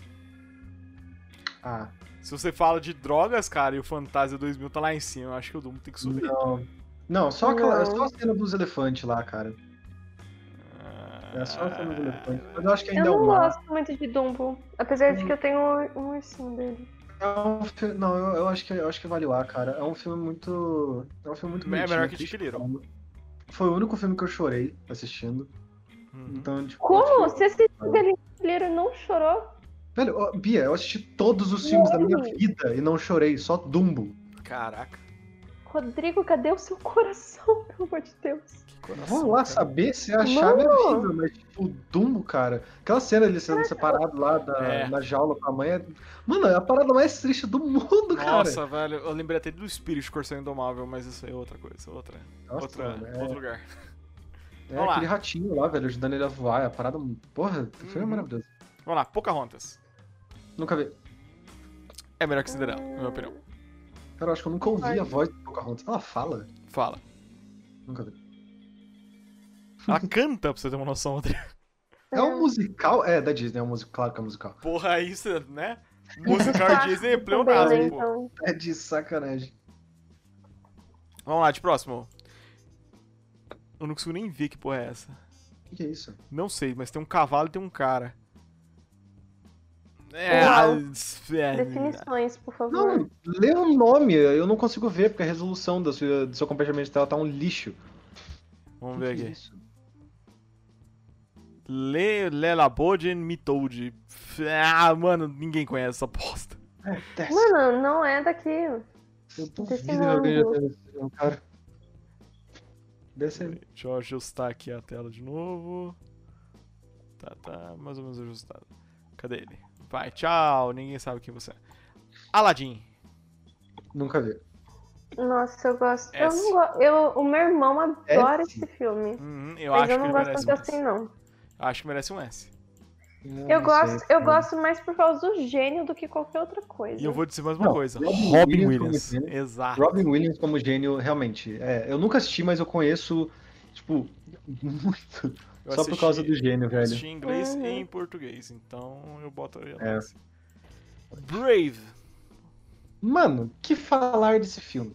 Ah, Se você fala de drogas, cara, e o Fantasia 2000 tá lá em cima, eu acho que o Dumbo tem que subir. não. Não, só, aquela, Não. só a cena dos elefantes lá, cara. É só a Ah, cena dos elefantes. Mas eu acho que Eu ainda é não o mar. gosto muito de Dumbo, apesar de que eu tenho um ursinho dele. É um fi- Não, eu, eu acho que eu acho que vale lá, cara. É um filme muito. É um filme muito É melhor bonitinho, que Chico Little. triste. Foi o único filme que eu chorei assistindo. Uhum. Então, tipo, eu Como? acho que- Você assistiu Delinqueiro e não chorou? Velho, ó, Bia, eu assisti todos os filmes da minha vida e não chorei, só Dumbo. Caraca. Rodrigo, cadê o seu coração, pelo amor de Deus? Que coração. Vou lá cara. saber se é a chave é viva, mas tipo, o Dumbo, cara. Aquela cena ele sendo separado lá da, É. na jaula com a mãe. é- Mano, é a parada mais triste do mundo, cara. Nossa, velho, eu lembrei até do Espírito Corsair Indomável, mas isso aí é outra coisa, outra, Nossa, outra mano, outro é, lugar. é Vamos lá. aquele ratinho lá, velho, ajudando ele a voar. É a parada. Porra, o filme é Uhum. maravilhoso. Vamos lá, Pocahontas. Nunca vi. É melhor que Cinderela, na minha Tá opinião. Cara, eu acho que eu nunca ouvi Ai. a voz do Pocahontas. Ela fala? Fala. Nunca vi. Ela canta, pra você ter uma noção, Rodrigo. É um musical? É, da Disney, é um musical. Claro que é um musical. Porra, isso, né? Musical Disney é Também, né, pleonasmo, pô. então. É de sacanagem. Vamos lá, de próximo. Eu não consigo nem ver que porra é essa. O que que é isso? Não sei, mas tem um cavalo e tem um cara. É, Uau. é, Definições, por favor. Não, é lê o nome, eu não consigo ver, porque a resolução do seu, do seu compartilhamento de tela tá um lixo. Vamos O que ver que é aqui. isso? Le, Lelaboden Mitold. Ah, mano, ninguém conhece essa bosta. Desce. Mano, não é daqui. eu desse duvido que alguém já mundo. tenha esse filme, cara. Desce aí. Deixa eu ajustar aqui a tela de novo. Tá, tá mais ou menos ajustado. Cadê ele? Vai, tchau, ninguém sabe quem você é. Aladdin. Nunca vi. Nossa, eu gosto. É Eu S. não go... eu, o meu irmão adora S. esse filme. Uhum, eu Mas acho eu que não ele gosto merece um tanto S. assim, não. Acho que merece um S. Eu não gosto, sei, eu cara. gosto mais por causa do gênio do que qualquer outra coisa. E eu vou dizer mais uma Não, coisa. Robin Robin Williams. Williams, como Exato. Robin Williams como gênio, realmente. É, eu nunca assisti, mas eu conheço, tipo, muito. Eu Só por causa assisti- do gênio, Eu velho. assisti em inglês Uhum. e em português, então eu boto aí a É. S. Brave. Mano, que falar desse filme?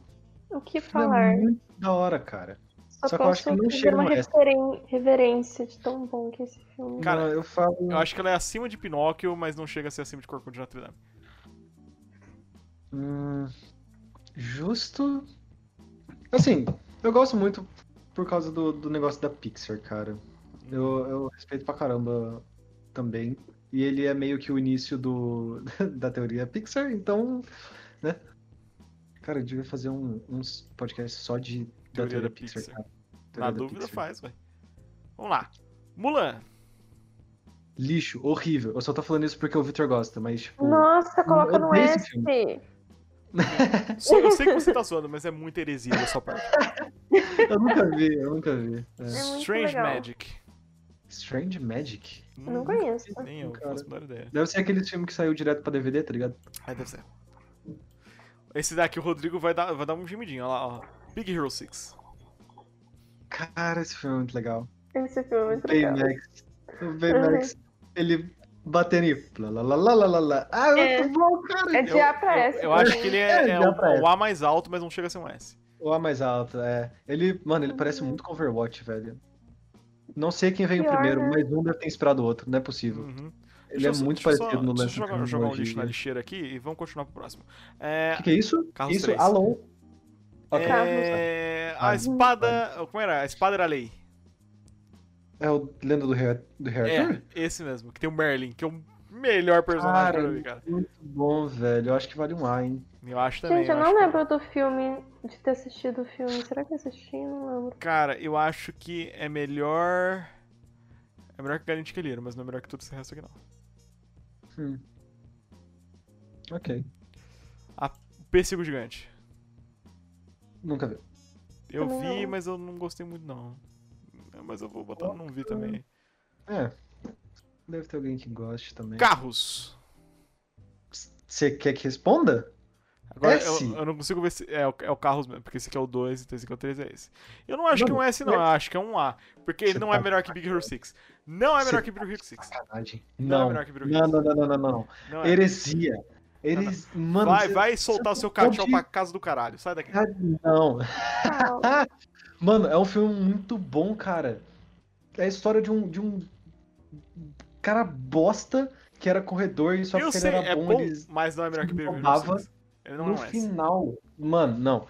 O que O filme falar? É muito da hora, cara. Só, só que eu acho que posso não fazer chega uma no S. referen- reverência de tão bom que é esse filme. Cara, eu falo. Eu acho que ela é acima de Pinóquio, mas não chega a ser acima de Corcunda de Notre Dame. Hum, justo. Assim, eu gosto muito por causa do, do negócio da Pixar, cara. Eu, eu respeito pra caramba também. E ele é meio que o início do, da teoria Pixar, então, né? Cara, eu devia fazer um, uns podcast só de da Teoria da teoria Pixar, Pixar. cara. Na Teoria da dúvida Pixar. faz, velho. Vamos lá. Mulan. Lixo, horrível. Eu só tô falando isso porque o Victor gosta, mas, tipo. Nossa, coloca eu no odeio esse S. Só- Eu sei que você tá zoando, mas é muita heresia da sua parte. Eu nunca vi, eu nunca vi. É É. muito Strange legal. Magic. Hum, Strange Magic? Não conheço. Nem eu, Hum, Cara. faço a menor ideia. Deve ser aquele filme que saiu direto pra DVD, tá ligado? Aí deve ser. Esse daqui, o Rodrigo vai dar, vai dar um gemidinho, olha lá, ó. Big Hero 6. Cara, esse filme é muito legal. Esse filme é muito legal. Uhum. Baymax. O Baymax, ele batendo e. Lá, lá, lá, lá, lá, lá, lá. Ah, é É. muito bom, cara. É de Eu- A pra S. Eu acho que ele é, É, é dá um, pra um A mais alto, mas não chega a ser um S. O A mais alto, é. Ele, mano, ele parece muito com Overwatch, velho. Não sei quem veio Uhum. Pior, primeiro, né? mas um deve ter inspirado o outro, não é possível. Uhum. Ele é eu só- muito eu só- parecido no lance né? Deixa eu jogar, da jogar um lixo tecnologia. na lixeira aqui e vamos continuar pro próximo. É, O que, que é isso? Carros isso, três. Alon. Ok. É... é, a espada. oh, Como era? A espada era a lei. É o Lenda do Rei, do Rei Arthur? É, esse mesmo, que tem o Merlin, que é o melhor personagem Cara, pra mim, cara. Muito bom, velho. Eu acho que vale um A, hein? Eu acho também. Gente, eu eu não acho que- lembro do filme, de ter assistido o filme. Será que eu assisti? Não lembro. Cara, eu acho que é melhor. É melhor que Galinha Calheiro, mas não é melhor que tudo esse resto aqui, não. Hum. Ok. Pêssego Gigante. Nunca vi. Eu Também vi, não. mas eu não gostei muito, não. É, Mas eu vou botar não vi também. É. Deve ter alguém que goste também. Carros! Você quer que responda? Agora S? eu, eu não consigo ver se. É, o- é o Carros mesmo, porque esse aqui é o 2, então esse aqui é o 3, é esse. Eu não acho que é um S, não, eu acho que é um A. Porque ele Você não é tá- melhor que Big Hero 6. Não é melhor Você que Big Hero 6. Sacanagem. Não é Não. melhor que Bill Não, não, não, não, não, não. Não é. Heresia. Heres... Mano, Vai, você- vai soltar o seu pode- cachorro pra casa do caralho. Sai daqui. Ah, Não. Qual? Mano, é um filme muito bom, cara. É a história de um, de um cara bosta que era corredor e só eu porque sei, ele era é bom, bom, eles- mas não é melhor que Big Hero roubava 6. Ele não é no um S. final. Mano, não.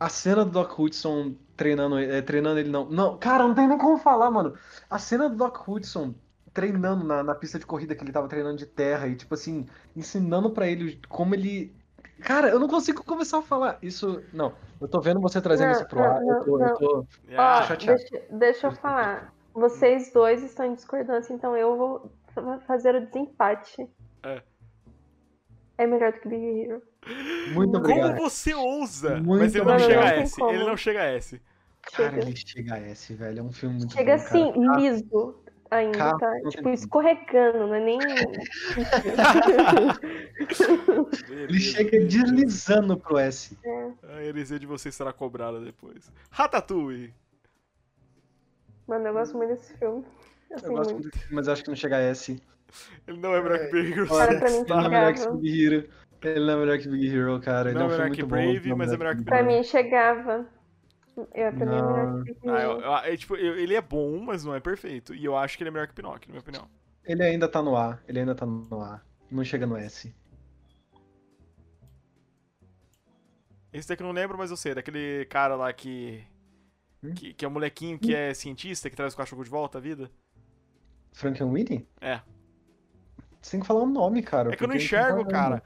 A cena do Doc Hudson treinando, é, treinando ele não. Não, cara, não tem nem como falar, mano. A cena do Doc Hudson treinando na, na pista de corrida que ele tava treinando de terra e, tipo assim, ensinando pra ele como ele. Cara, eu não consigo começar a falar. Isso. Não, eu tô vendo você trazendo Não, isso pro ar. não, eu tô- eu não, tô- É, Ó, acho- chateado. deixa, deixa eu falar. Vocês dois estão em discordância, então eu vou fa- fazer o desempate. É. É melhor do que Big Hero. Muito Como obrigado. você ousa? Muito mas ele não obrigado. chega a Não tem S. como. Ele não chega a S. Cara, Chega. ele chega a S, velho. É um filme muito Chega bom, cara. assim, liso ainda, Carro, tá? não Tipo, tem- escorregando, não é nem. Ele chega deslizando pro S. A heresia de vocês será cobrada depois. Ratatouille. Mano, eu gosto muito desse filme. Assim, Eu gosto muito. muito, desse filme, mas eu acho que não chega a S. Ele não é melhor que Big Hero Olha, 6. Olha pra mim, Ele não é melhor que chegava. Big Hero. Ele não é melhor que Big Hero, cara. Ele Não é um é filme melhor que muito Brave, bom. mas é melhor que Pra mim, chegava. É, pra mim é melhor que Big Ah, eu- Hero. eu- é, tipo, eu- ele é bom, mas não é perfeito. E eu acho que ele é melhor que Pinóquio, na minha opinião. Ele ainda tá no A. Ele ainda tá no A. Não chega no S. Esse daqui eu não lembro, mas eu sei. É Daquele cara lá que. Hum? Que, que é o molequinho que é cientista, que traz o cachorro de volta à vida. Frankenweenie? É. Você tem que falar o nome, cara. É que eu não porque enxergo, tá- cara.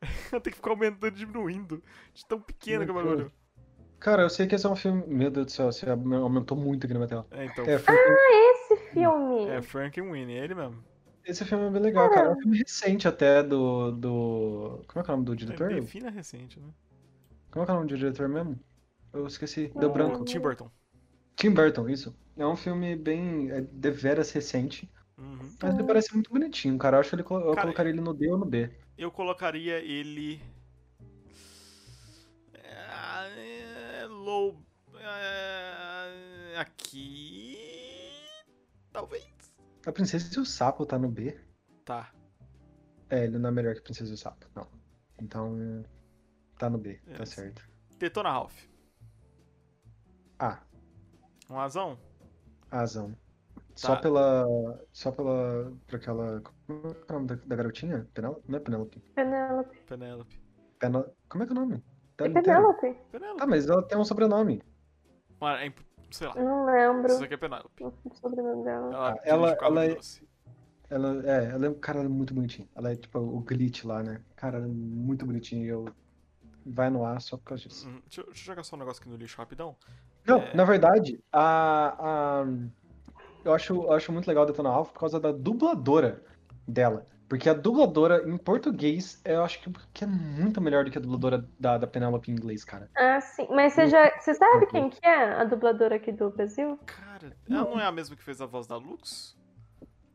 Eu tenho que ficar aumentando e diminuindo. De tão pequeno que é o bagulho. Cara, eu sei que esse é um filme. Meu Deus do céu, você aumentou muito aqui na minha tela. É, então. É, Franken... Ah, Esse filme? É Frank Winnie, é ele mesmo. Esse filme é bem legal, cara. É um filme recente até do. do... Como é que é o nome do diretor? É Defina recente, né? Como é que é o nome do diretor mesmo? Eu esqueci. Não Deu lembro. branco. Tim Burton. Tim Burton, isso. É um filme bem. É, deveras recente. Uhum. Mas ele Hum. parece muito bonitinho, cara. Eu acho que ele, colo- eu Cara, é colocaria ele no D ou no B. Eu colocaria ele. É, é, low. é, aqui. Talvez. A Princesa e o Sapo tá no B. Tá. É, ele não é melhor que a Princesa e o Sapo, não. Então. Tá no B, É, tá sim. certo. Detona Ralph. Ah, Um azão? Razão. Tá. Só pela. Só pela. Por aquela. Como é que é o nome da, da garotinha? Penélope? Não é Penélope. Penélope. Penélope. Penel... Como é que é o nome? É Dela inteira. Penélope? Penélope. Tá, mas ela tem um sobrenome. Mano, é imp- sei lá. Não lembro Isso aqui é Penélope. o sobrenome dela. Ela, ela- dirige o Cabra ela é- Doce. Ela é, ela é um cara muito bonitinho. Ela é tipo o glitch lá, né? Cara, ela é muito bonitinho e eu. Vai no ar só por causa disso. Hum, Deixa, eu- deixa eu jogar só um negócio aqui no lixo rapidão. Não, É. na verdade, a. a- eu, acho, eu acho muito legal a Detona Ralph por causa da dubladora dela. Porque a dubladora em português, eu acho que, que é muito melhor do que a dubladora da, da Penélope em inglês, cara. Ah, sim. Mas você já. Você sabe quem que é a dubladora aqui do Brasil? Cara, ela não é a mesma que fez a voz da Lux?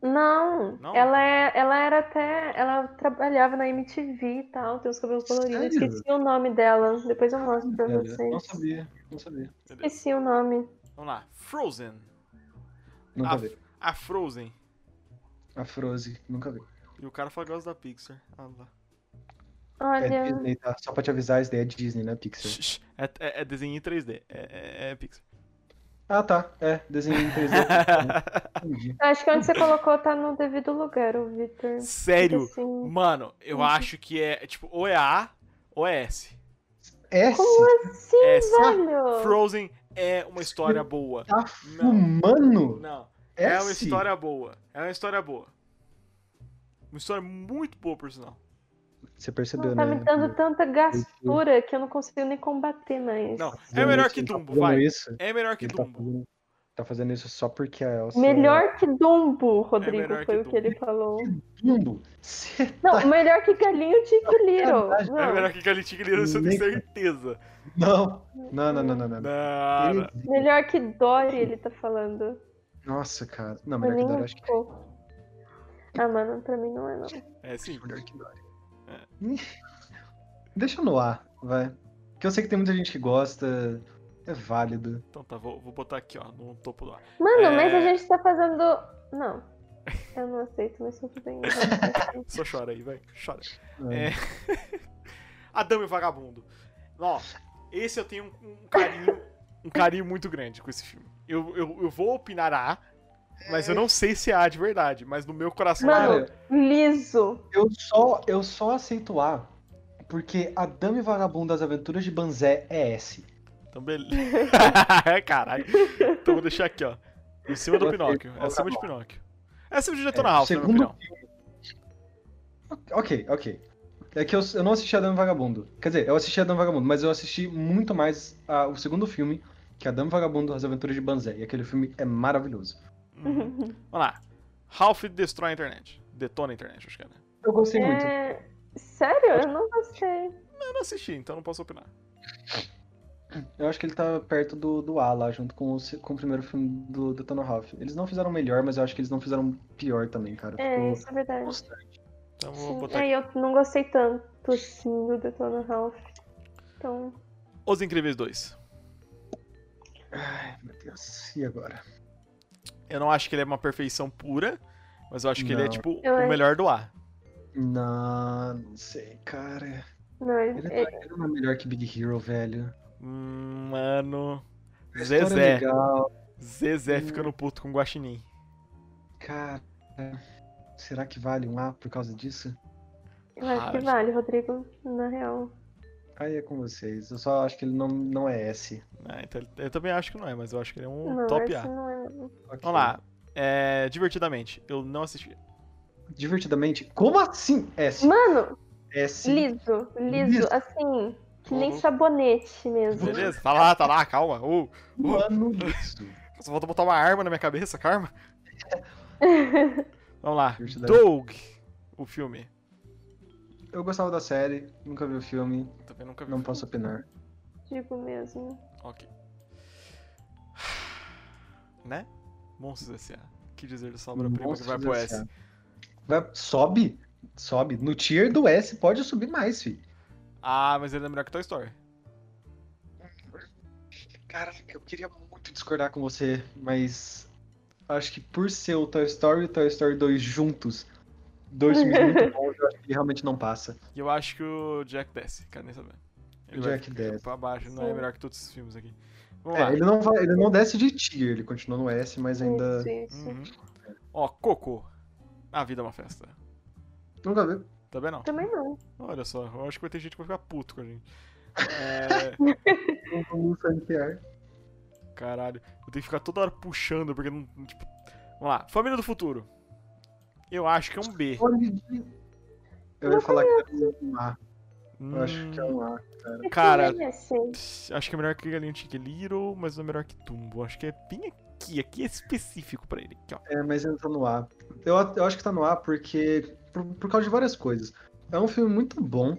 Não. Não? Ela, é, ela era até. Ela trabalhava na MTV e tal, tem os cabelos coloridos. Eu Sério? Esqueci o nome dela. Depois eu mostro pra Velho, vocês. É, Não sabia, não sabia. Beleza. Esqueci o nome. Vamos lá. Frozen. Nunca A, vi. a Frozen. A Frozen, nunca vi. E o cara fala que gosta da Pixar. Ah, lá. É Olha. Disney, tá? Só pra te avisar, isso daí é Disney, né, Pixar? Shh, É, é, é desenho em 3D. É, é, é Pixar. Ah, tá. É, desenho em 3D. Entendi. Eu Acho que onde você colocou tá no devido lugar, o Victor. Sério? Assim. Mano, eu acho que é tipo ou é A ou é S. S Como assim, S. velho? Frozen é uma história boa. tá Não. fumando? Não. S? É uma história boa. É uma história boa. Uma história muito boa, por sinal. Você percebeu, Não, tá né? me dando tanta gastura que eu não consigo nem combater mais. Não, é melhor que Ele tá Dumbo, fazendo vai. Isso, É melhor que ele tá Dumbo. fazendo, tá fazendo isso só porque a Elsa... é Melhor que Dumbo, Rodrigo, melhor que foi o Dumbo. que ele falou. Dumbo? Você Não, tá... melhor que Galinho de Little. verdade. É Não, melhor que Galitica isso eu tenho certeza. Não, não, não, não, não. não. Não, Ele- melhor que Dory, ele tá falando. Nossa, cara. Não, Pra melhor que mim Dora, é acho que pouco. Ah, mano, pra mim não é não. é sim. melhor que Dora. É. Deixa no ar, vai. Que eu sei que tem muita gente que gosta, é válido. Então tá, vou, vou botar aqui, ó, no topo do ar. Mano, mas a É. gente tá fazendo... Não, eu não aceito, mas tudo bem. Só chora aí, vai. Chora. É. É. Adão e o Vagabundo. Ó, esse eu tenho um, um carinho. Um carinho muito grande com esse filme. Eu, eu, eu vou opinar A, mas eu não sei se é A de verdade, mas no meu coração Mano, é. Cara, Liso. eu só, eu só aceito A porque a Dama e Vagabundo das Aventuras de Banzé é S. Então beleza. Caralho. Então vou deixar aqui, ó. Em cima do Gostei. Pinóquio. É acima de Pinóquio. É acima de Detona É, Ralph, na minha segundo opinião. Ok, ok. É que eu, eu não assisti a Dama e Vagabundo. Quer dizer, eu assisti a Dama e Vagabundo, mas eu assisti muito mais a- o segundo filme, que é a Dama e Vagabundo das Aventuras de Banzé. E aquele filme é maravilhoso. Uhum. Vamos lá. Ralph destrói a internet. Detona a internet, acho que é, né? Eu gostei muito. É, Sério? Eu não gostei. Eu não assisti, então não posso opinar. Eu acho que ele tá perto do, do A lá, junto com o, se- com o primeiro filme do Detona Ralph. Eles não fizeram melhor, mas eu acho que eles não fizeram pior também, cara. É, isso é verdade. frustrante. Então vou Sim, botar é, aqui. eu não gostei tanto assim do Detona Ralph. Então, Os Incríveis 2. Ai, meu Deus. E agora? Eu não acho que ele é uma perfeição pura, mas eu acho que ele é, Não. tipo, Eu o acho- melhor do A. Não, não sei, cara. não, Ele, ele, tá- ele- ele não é melhor que Big Hero, velho. Hum, Mano. A história é Zezé. legal, Zezé ficando puto com o Guaxinim. cara. Será que vale um A por causa disso? eu acho que Raro. vale, Rodrigo, na real. Aí é com vocês. Eu só acho que ele não, não é S. Ah, então ele- eu também acho que não é, mas eu acho que ele é um não, top esse A. não é não. Ok. Vamos lá. É, divertidamente, eu não assisti. Divertidamente. Como assim? S. Mano, S. liso, liso, Liso. assim, que nem Uhum. sabonete mesmo. Beleza? Tá lá, tá lá, calma. Uh, Mano, isso. só falta botar uma arma na minha cabeça, calma. Vamos lá. Curso da- Doug, o filme. Eu gostava da série, nunca vi o filme, Também nunca vi. não posso opinar. Digo mesmo. Ok. Né? Monstros S.A. Que dizer dessa obra-prima que vai pro Monstros S. S.A.. Vai- sobe, sobe. No tier do S pode subir mais, fi. Ah, mas ele é melhor que Toy Story. Cara, eu queria muito discordar com você, mas acho que por ser o Toy Story e o Toy Story 2 juntos, dois filmes muito bons, eu acho que ele realmente não passa. E eu acho que o Jack desce, quero nem saber. Ele O vai Jack desce. pra baixo, não é Sim. melhor que todos esses filmes aqui. Vamos lá. É, ele, não vai- ele não desce de tier, ele continua no S, mas ainda. Hum. Isso, isso. Uhum. Ó, Coco. A vida é uma festa. Nunca vi. Tá bem não? Também não. Olha só, eu acho que vai ter gente que vai ficar puto com a gente. É, Nunca vi o Frontier. caralho. Eu tenho que ficar toda hora puxando, porque não. não, Tipo... Vamos lá. Família do Futuro. Eu acho que é um B. Eu ia falar que era um A. Eu acho Hum, que é um A. Cara- Eu também sei. Acho que é melhor que Galinha Chick Little, mas não é melhor que Tumbo. Acho que é bem aqui, aqui é específico pra ele. Aqui, ó. É, mas entra no A. Eu, eu acho que tá no A porque. Por, por causa de várias coisas. É um filme muito bom,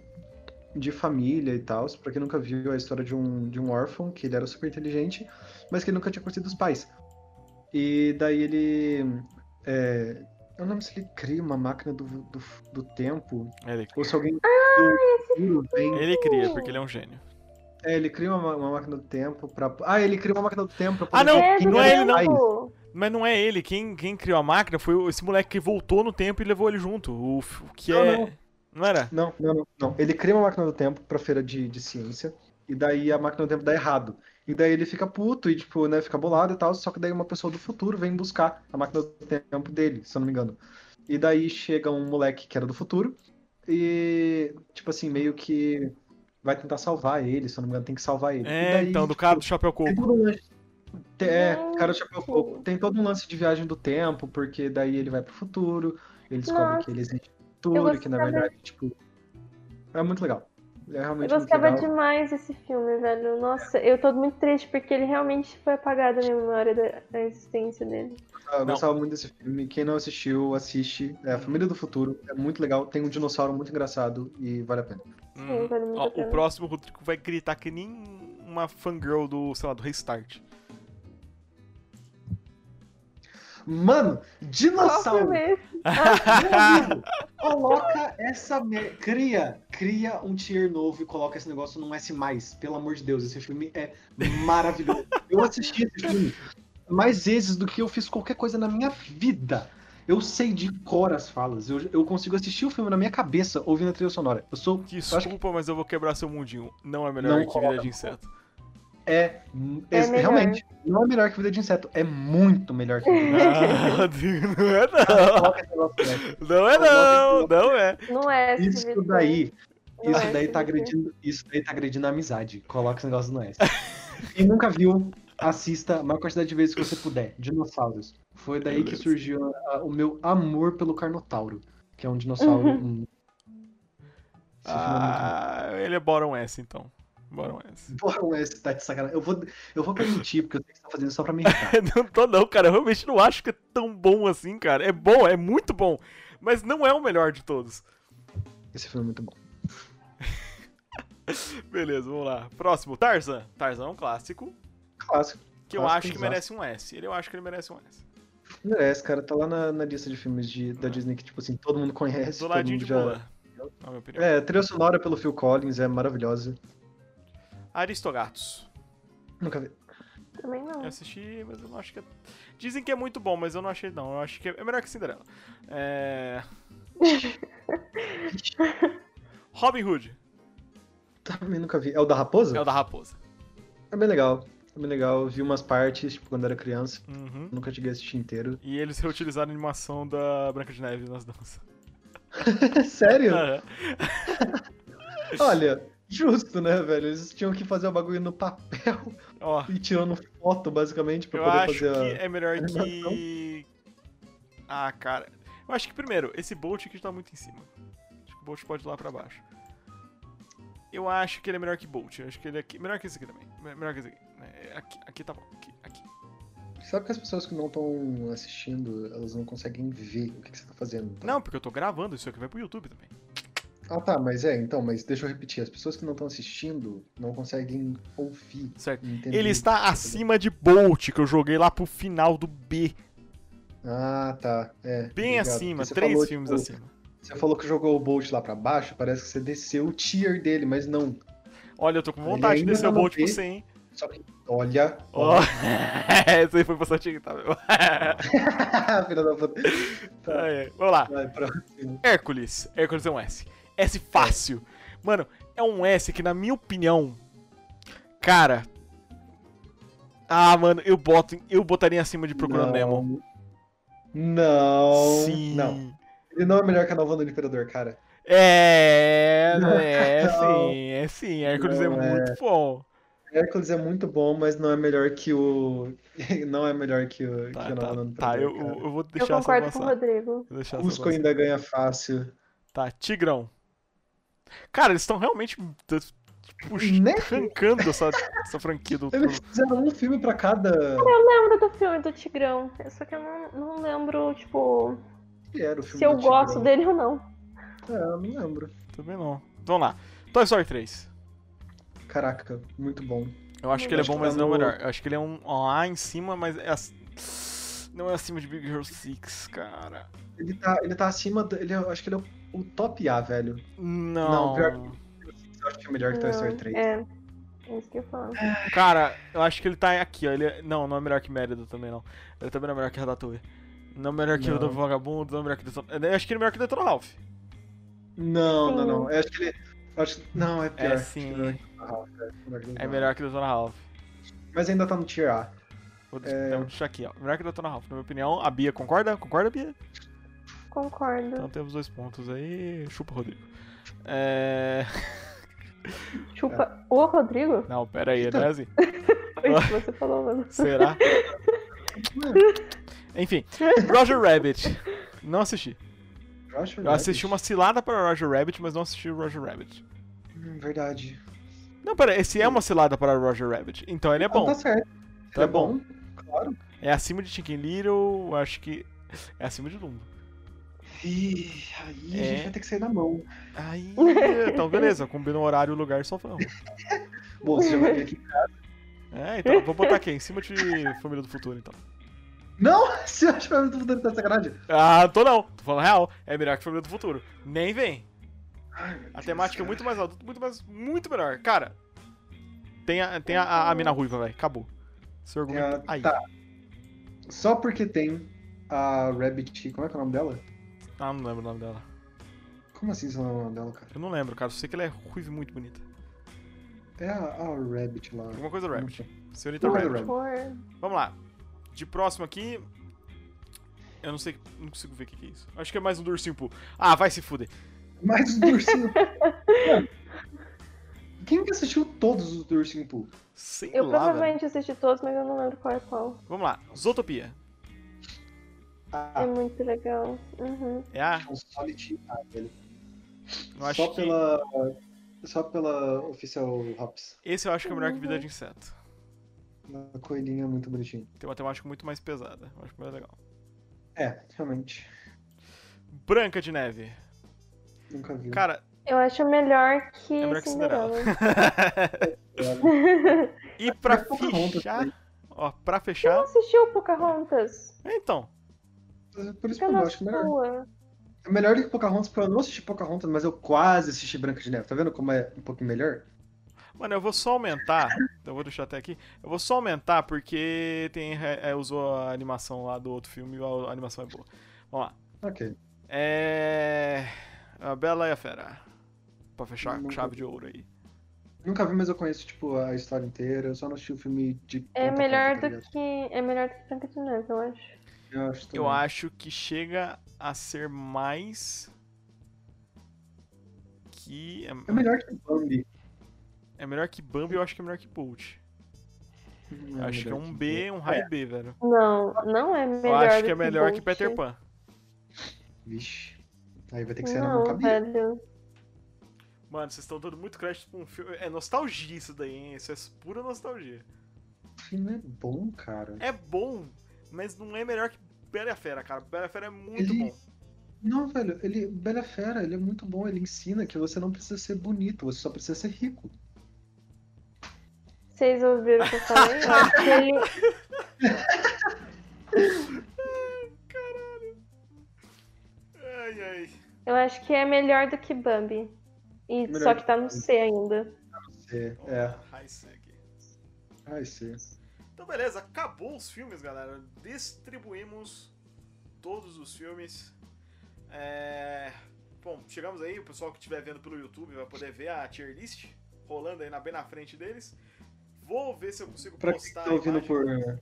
de família e tal. Pra quem nunca viu a história de um, de um órfão, que ele era super inteligente, mas que nunca tinha conhecido os pais. E daí ele. é, eu não lembro se ele cria uma máquina do, do, do tempo, Ele, ou se alguém. do futuro vem. ele cria, porque ele é um gênio. É, ele cria uma, uma máquina do tempo pra. Ah, ele cria uma máquina do tempo pra Ah, não, ver quem não do é era ele, não. pai. tempo. Mas não é ele. Quem, quem criou a máquina foi o- esse moleque que voltou no tempo e levou ele junto. O, f- o que Não, é. não. não era? Não, não, não, não. Ele cria uma máquina do tempo pra feira de, de ciência, e daí a máquina do tempo dá errado. E daí ele fica puto e, tipo, né, fica bolado e tal, só que daí uma pessoa do futuro vem buscar a máquina do tempo dele, se eu não me engano. E daí chega um moleque que era do futuro, e, tipo assim, meio que vai tentar salvar ele, se eu não me engano, tem que salvar ele. e É, daí, então, do tipo, cara do Chapéu Coco. tem todo um lance. Te- É, cara, do chapéu Gente. coco. Tem todo um lance de viagem do tempo, porque daí ele vai pro futuro, ele descobre Nossa. que ele existe no futuro, que na gostava- verdade, tipo. É muito legal. É Eu realmente muito gostava legal. demais desse filme, velho. Nossa, eu tô muito triste porque ele realmente foi apagado na minha memória da, da existência dele. Eu gostava muito desse filme. Quem não assistiu, assiste. É a Família do Futuro. É muito legal. Tem um dinossauro muito engraçado e vale a pena. Uhum. vale muito Ó, a o pena. próximo, o Rodrigo vai gritar que nem uma fangirl do, sei lá, do Restart. Mano, Qual dinossauro! foi Meu mesmo? Ah, amigo, coloca essa merda. Cria, cria um tier novo e coloca esse negócio num S. Pelo amor de Deus, esse filme é maravilhoso. Eu assisti esse filme mais vezes do que eu fiz qualquer coisa na minha vida. Eu sei de cor as falas. Eu, eu consigo assistir o filme na minha cabeça, ouvindo a trilha sonora. Eu sou. acho Desculpa, mas eu vou quebrar seu mundinho. Não é melhor Não que coloca. vida de inseto. É. É esse- melhor. realmente, não é melhor que vida de inseto. É muito melhor que vida de inseto. Ah, Rodrigo, não é não. Coloca esse negócio, né? Não é não, não é. Não é esse Isso vídeo. daí, Não isso é daí esse vídeo. tá agredindo, isso daí tá agredindo a amizade. Coloca esse negócio no S. Quem nunca viu, assista a maior quantidade de vezes que você puder. Dinossauros. Foi daí que Beleza. surgiu a- o meu amor pelo Carnotauro, que é um dinossauro. um- Esse filme é muito bom. Ah, ele é Bottom S, então. Bottom S. Porra, o S tá de sacanagem. Eu vou, eu vou permitir, porque eu sei que você tá fazendo só pra me irritar. Não tô não, cara. Eu realmente não acho que é tão bom assim, cara. É bom, é muito bom. Mas não é o melhor de todos. Esse filme é muito bom. Beleza, vamos lá. Próximo, Tarzan. Tarzan é um clássico. Clássico. Que eu Clássico, acho que exato. merece um S. Ele eu acho que ele merece um S. Merece, cara. Tá lá na, na lista de filmes de, da Disney que, tipo assim, todo mundo conhece. Do todo ladinho mundo de já... boa. Na minha opinião. É, a trilha sonora pelo Phil Collins é maravilhosa. Aristogatos. Nunca vi. Também não. Eu assisti, mas eu não acho que é... Dizem que é muito bom, mas eu não achei não. Eu acho que é é melhor que Cinderela. É... Robin Hood. Também nunca vi. É o da Raposa? É o da raposa. É bem legal. É bem legal. Eu vi umas partes, tipo, quando era criança. Uhum. Nunca cheguei a assistir inteiro. E eles reutilizaram a animação da Branca de Neve nas danças. É Sério? Aham. Olha, justo, né, velho? Eles tinham que fazer o bagulho no papel Ó, e tirando foto, basicamente, pra eu poder acho que fazer a. é melhor que... animação. Ah, cara. Eu acho que primeiro, esse Bolt aqui tá muito em cima. Acho que o Bolt pode ir lá pra baixo. Eu acho que ele é melhor que Bolt. Eu acho que ele é aqui- melhor que esse aqui também. Me- Melhor que esse aqui. né? Aqui, aqui tá bom. Aqui, aqui. Sabe que as pessoas que não estão assistindo, elas não conseguem ver o que, que você tá fazendo. tá? Não, porque eu tô gravando, isso aqui vai pro YouTube também. Ah, tá, mas é, então, mas deixa eu repetir. As pessoas que não estão assistindo não conseguem ouvir. Certo. e entender. Ele está acima de Bolt, que eu joguei lá pro final do B. Ah, tá. É, Bem obrigado. acima, Porque você três falou, filmes tipo, acima. Você falou que jogou o Bolt lá pra baixo, parece que você desceu o tier dele, mas não. Olha, eu tô com ele vontade de ainda descer o tá no Bolt pro B. 100, hein? Só que, olha. Ó, essa aí foi bastante irritável. Filha da puta. Tá, Ai, ai. Vamos lá. vai, próximo. Hércules. Hércules é um S. S fácil. Mano, é um S que, na minha opinião, cara. Ah, mano, eu boto, em- eu botaria acima de Procurando Não. Nemo. Não. Sim. Não. Ele não é melhor que a novela do Imperador, cara. É, Não. é sim, é sim. Hércules é Não, é. muito bom. Hércules é muito bom, mas não é melhor que o. não é melhor que o. que Tá, tá, a novela do tá, eu, tá, Imperador. cara. eu vou Eu deixar essa concordo com o passar. Rodrigo. Vou deixar essa Cusco passar. ainda ganha fácil. Tá, Tigrão. Cara, eles estão realmente t- tipo, pux- Né? arrancando essa, essa franquia do. Eles fizeram um filme pra cada. Eu lembro do filme do Tigrão, só que eu não, não lembro, tipo, Que era o filme se eu do gosto Tigrão? dele ou não. É, eu me lembro. Também não. Vamos lá. Toy Story 3. Caraca, muito bom. Eu acho que ele é Acho bom, que tá mas não é o no- melhor. Eu acho que ele é um lá em cima, mas é ac- não é acima de Big Hero 6, cara. Ele tá, ele tá acima. Do, ele, é- eu acho que ele é o, o top A, velho. Não. pior Eu acho que é melhor que Toy Story 3. É, é isso que eu falo. Cara, eu acho que ele tá aqui, ó. Ele é- Não, não é melhor que Mérida também, não. Ele também não é melhor que Ratatouille. Não é melhor que Não. o do Vagabundo, não é melhor que Detona... Eu acho que ele é melhor que Detona Ralph. Não, não, Sim. não. Eu acho que ele. eu acho que- não, é pior. É sim, Acho que ele é melhor que Detona Ralph. Mas ainda tá no tier A. Vou des- É. eu vou deixar aqui, ó. Melhor que Detona Ralph, na minha opinião. A Bia concorda? Concorda, Bia? Concordo. Então temos dois pontos aí. Chupa, Rodrigo. É... Tá. Chupa o Rodrigo? Não, pera aí, não é assim. Foi isso que você falou, mano. Será? Enfim, Roger Rabbit. Não assisti. Roger Eu assisti Rabbit. uma cilada para Roger Rabbit, mas não assisti o Roger Rabbit. Hum, Verdade. Não, pera, esse é uma cilada para Roger Rabbit. Então ele é Ah, bom. tá certo. Tá é bom. Claro. É acima de Chicken Little, eu acho que. É acima de Dumbo. Ih, aí a É. gente vai ter que sair na mão. Aí. Então, beleza, combina o horário, o lugar e só vamos. Bom, você já vai vir aqui. É, então, eu vou botar aqui, em cima de Família do Futuro, então. Não! Você acha que eu tô fudendo tá sacanagem? Ah, tô não, tô falando real. É melhor que Família do Futuro. Nem vem. Ai, meu A Deus, temática é cara. muito mais adulta, muito mais. Muito melhor. Cara, tem a, tem a, a, a mina ruiva, velho. Acabou. Seu argumento. É, né? Aí. tá. Só porque tem a Rabbit. Como é que é o nome dela? Ah, não lembro o nome dela. Como assim você não é o nome dela, cara? Eu não lembro, cara. Eu sei que ela é ruiva e muito bonita. É a, a Rabbit lá. Alguma coisa Rabbit. Senhorita Não, é Rabbit. Rabbit. Por... Vamos lá. De próximo aqui. Eu não sei. Não consigo ver o que que é isso. Acho que é mais um do ursinho Poo. Ah, vai se fuder. Mais um ursinho. Mano, Quem que assistiu todos os do Ursinho Pooh? Sei Eu lá, velho. provavelmente assisti todos, mas eu não lembro qual é qual. Vamos lá. Zootopia. É Ah, muito legal. Uhum. É a. um Solid A, velho. Eu acho Só que. pela. Só pela oficial Hops. Esse eu acho que é melhor que Vida de Inseto. A coelhinha é muito bonitinha. Tem uma temática muito mais pesada. Eu acho mais legal. É, realmente. Branca de Neve. Nunca vi. Cara. Eu acho melhor que É melhor que Cinderela. Cinderela. Cara, e pra Mas Pocahontas, fechar. né? Ó, pra Você não fechar. assistiu Pocahontas? Então. Por isso Fica que eu na acho que é melhor. sua. É melhor do que Pocahontas, porque eu não assisti Pocahontas, mas eu quase assisti Branca de Neve. Tá vendo como é um pouquinho melhor? Mano, eu vou só aumentar. então Eu vou deixar até aqui. Eu vou só aumentar porque tem, é, usou a animação lá do outro filme e a- a animação é boa. Vamos lá. Ok. É. A Bela e a Fera. Pra fechar com Nunca chave vi. de ouro aí. Nunca vi, mas eu conheço, tipo, a história inteira. Eu só não assisti o filme de ponta É a melhor ponta, tá do que. É melhor do que Branca de Neve, eu acho. ligado? Eu acho. Eu também. acho que chega a ser mais. Que. É melhor que Bambi. É melhor que Bambi, eu acho que é melhor que Bolt. Não acho que é melhor um B, um high B, velho. Não, não é Eu melhor. acho do que é melhor que Bolt. Peter Pan. Vixe. Aí vai ter que sair na mão Não, cabelo. velho. Mano, vocês estão dando muito crédito pra um filme. É nostalgia isso daí, hein? Isso é pura nostalgia. O filme é bom, cara. É bom, Mas não é melhor que Bela e a Fera, cara. Bela e a Fera é muito Ele- bom. Não, velho, ele, Bela Fera, ele é muito bom, ele ensina que você não precisa ser bonito, você só precisa ser rico. Vocês ouviram o que eu falei? Eu acho que ele, Ai, ai. eu acho que é melhor do que Bambi. E, Melhor só do que tá no C ainda. Você Vamos é. lá, high sec. Ai, sim. Então, beleza, acabou os filmes, galera. Distribuímos todos os filmes. É, Bom, chegamos aí. O pessoal que estiver vendo pelo YouTube vai poder ver a tier list rolando aí na, bem na frente deles. Vou ver se eu consigo Pra quem postar. tá a ouvindo imagem. por.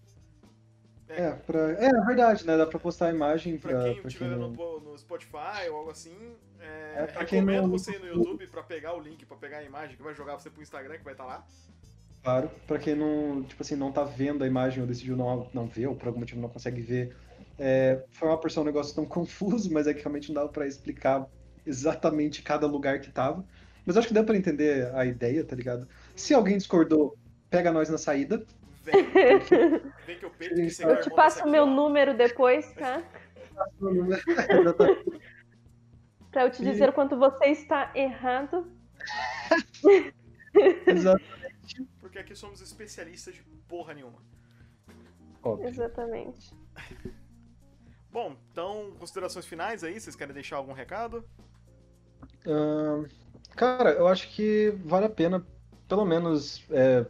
É, É, pra... é é verdade, né? Dá pra postar a imagem pra, Pra quem É, pra estiver não- vendo no, no Spotify ou algo assim, é, É, pra quem recomendo não- você ir no YouTube pra pegar o link, pra pegar a imagem que vai jogar você pro Instagram que vai estar lá. Claro, pra quem não, tipo assim, não tá vendo a imagem ou decidiu não, não ver, ou por algum motivo não consegue ver, é, foi uma porção um negócio tão confuso, mas é que realmente não dava pra explicar exatamente cada lugar que tava. Mas acho que deu pra entender a ideia, tá ligado? Se alguém discordou, pega nós na saída. Vem, vem que eu peito que você Eu te passo o meu número depois, tá? Exatamente. Pra eu te dizer o quanto você está errado. Exato. Porque aqui somos especialistas de porra nenhuma. Óbvio. Exatamente. Bom, então, considerações finais aí, vocês querem deixar algum recado? Ahn, cara, eu acho que vale a pena, pelo menos, é,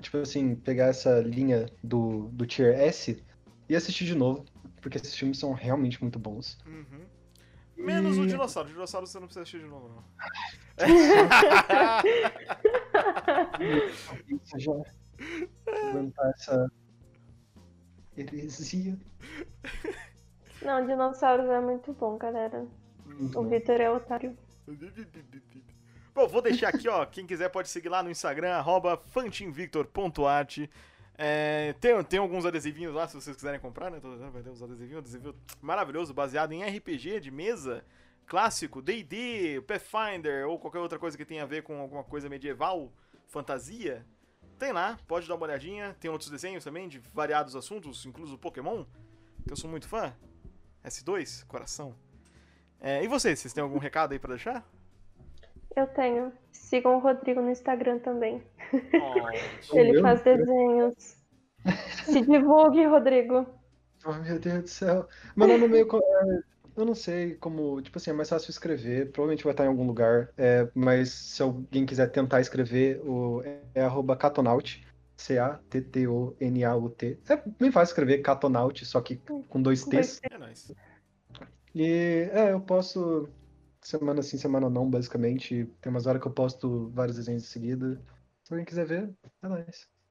tipo assim, pegar essa linha do, do Tier S e assistir de novo, porque esses filmes são realmente muito bons. Uhum. Menos o E- dinossauro. O dinossauro você não precisa assistir de novo, não. Isso já levantar essa heresia. Não, dinossauros é muito bom, galera. Uhum. O Vitor é otário. Bom, vou deixar aqui, ó. Quem quiser pode seguir lá no Instagram, arroba fantinvictor.art. É, tem, tem alguns adesivinhos lá, se vocês quiserem comprar, né? Tô- Vai ter uns adesivinhos, adesivo maravilhoso, baseado em RPG de mesa clássico, D&D, Pathfinder ou qualquer outra coisa que tenha a ver com alguma coisa medieval, fantasia. Tem lá, pode dar uma olhadinha. Tem outros desenhos também de variados assuntos, incluso Pokémon, que eu sou muito fã. S2, coração. É, e vocês, vocês têm algum recado aí pra deixar? Eu tenho. Sigam o Rodrigo no Instagram também. Oh, Sou Ele eu? faz desenhos. Se divulgue, Rodrigo. Oh, meu Deus do céu. Meu nome é meio. co- é, Eu não sei como. Tipo assim, é mais fácil escrever. Provavelmente vai estar em algum lugar. é, mas se alguém quiser tentar escrever, o, é, é arroba catonaut. C-A-T-T-O-N-A-U-T. É bem fácil escrever catonaut, só que com dois Com dois T's. é nóis. E é, eu posto semana sim, semana não, basicamente. Tem umas horas que eu posto vários desenhos em seguida. Se alguém quiser ver, é nóis.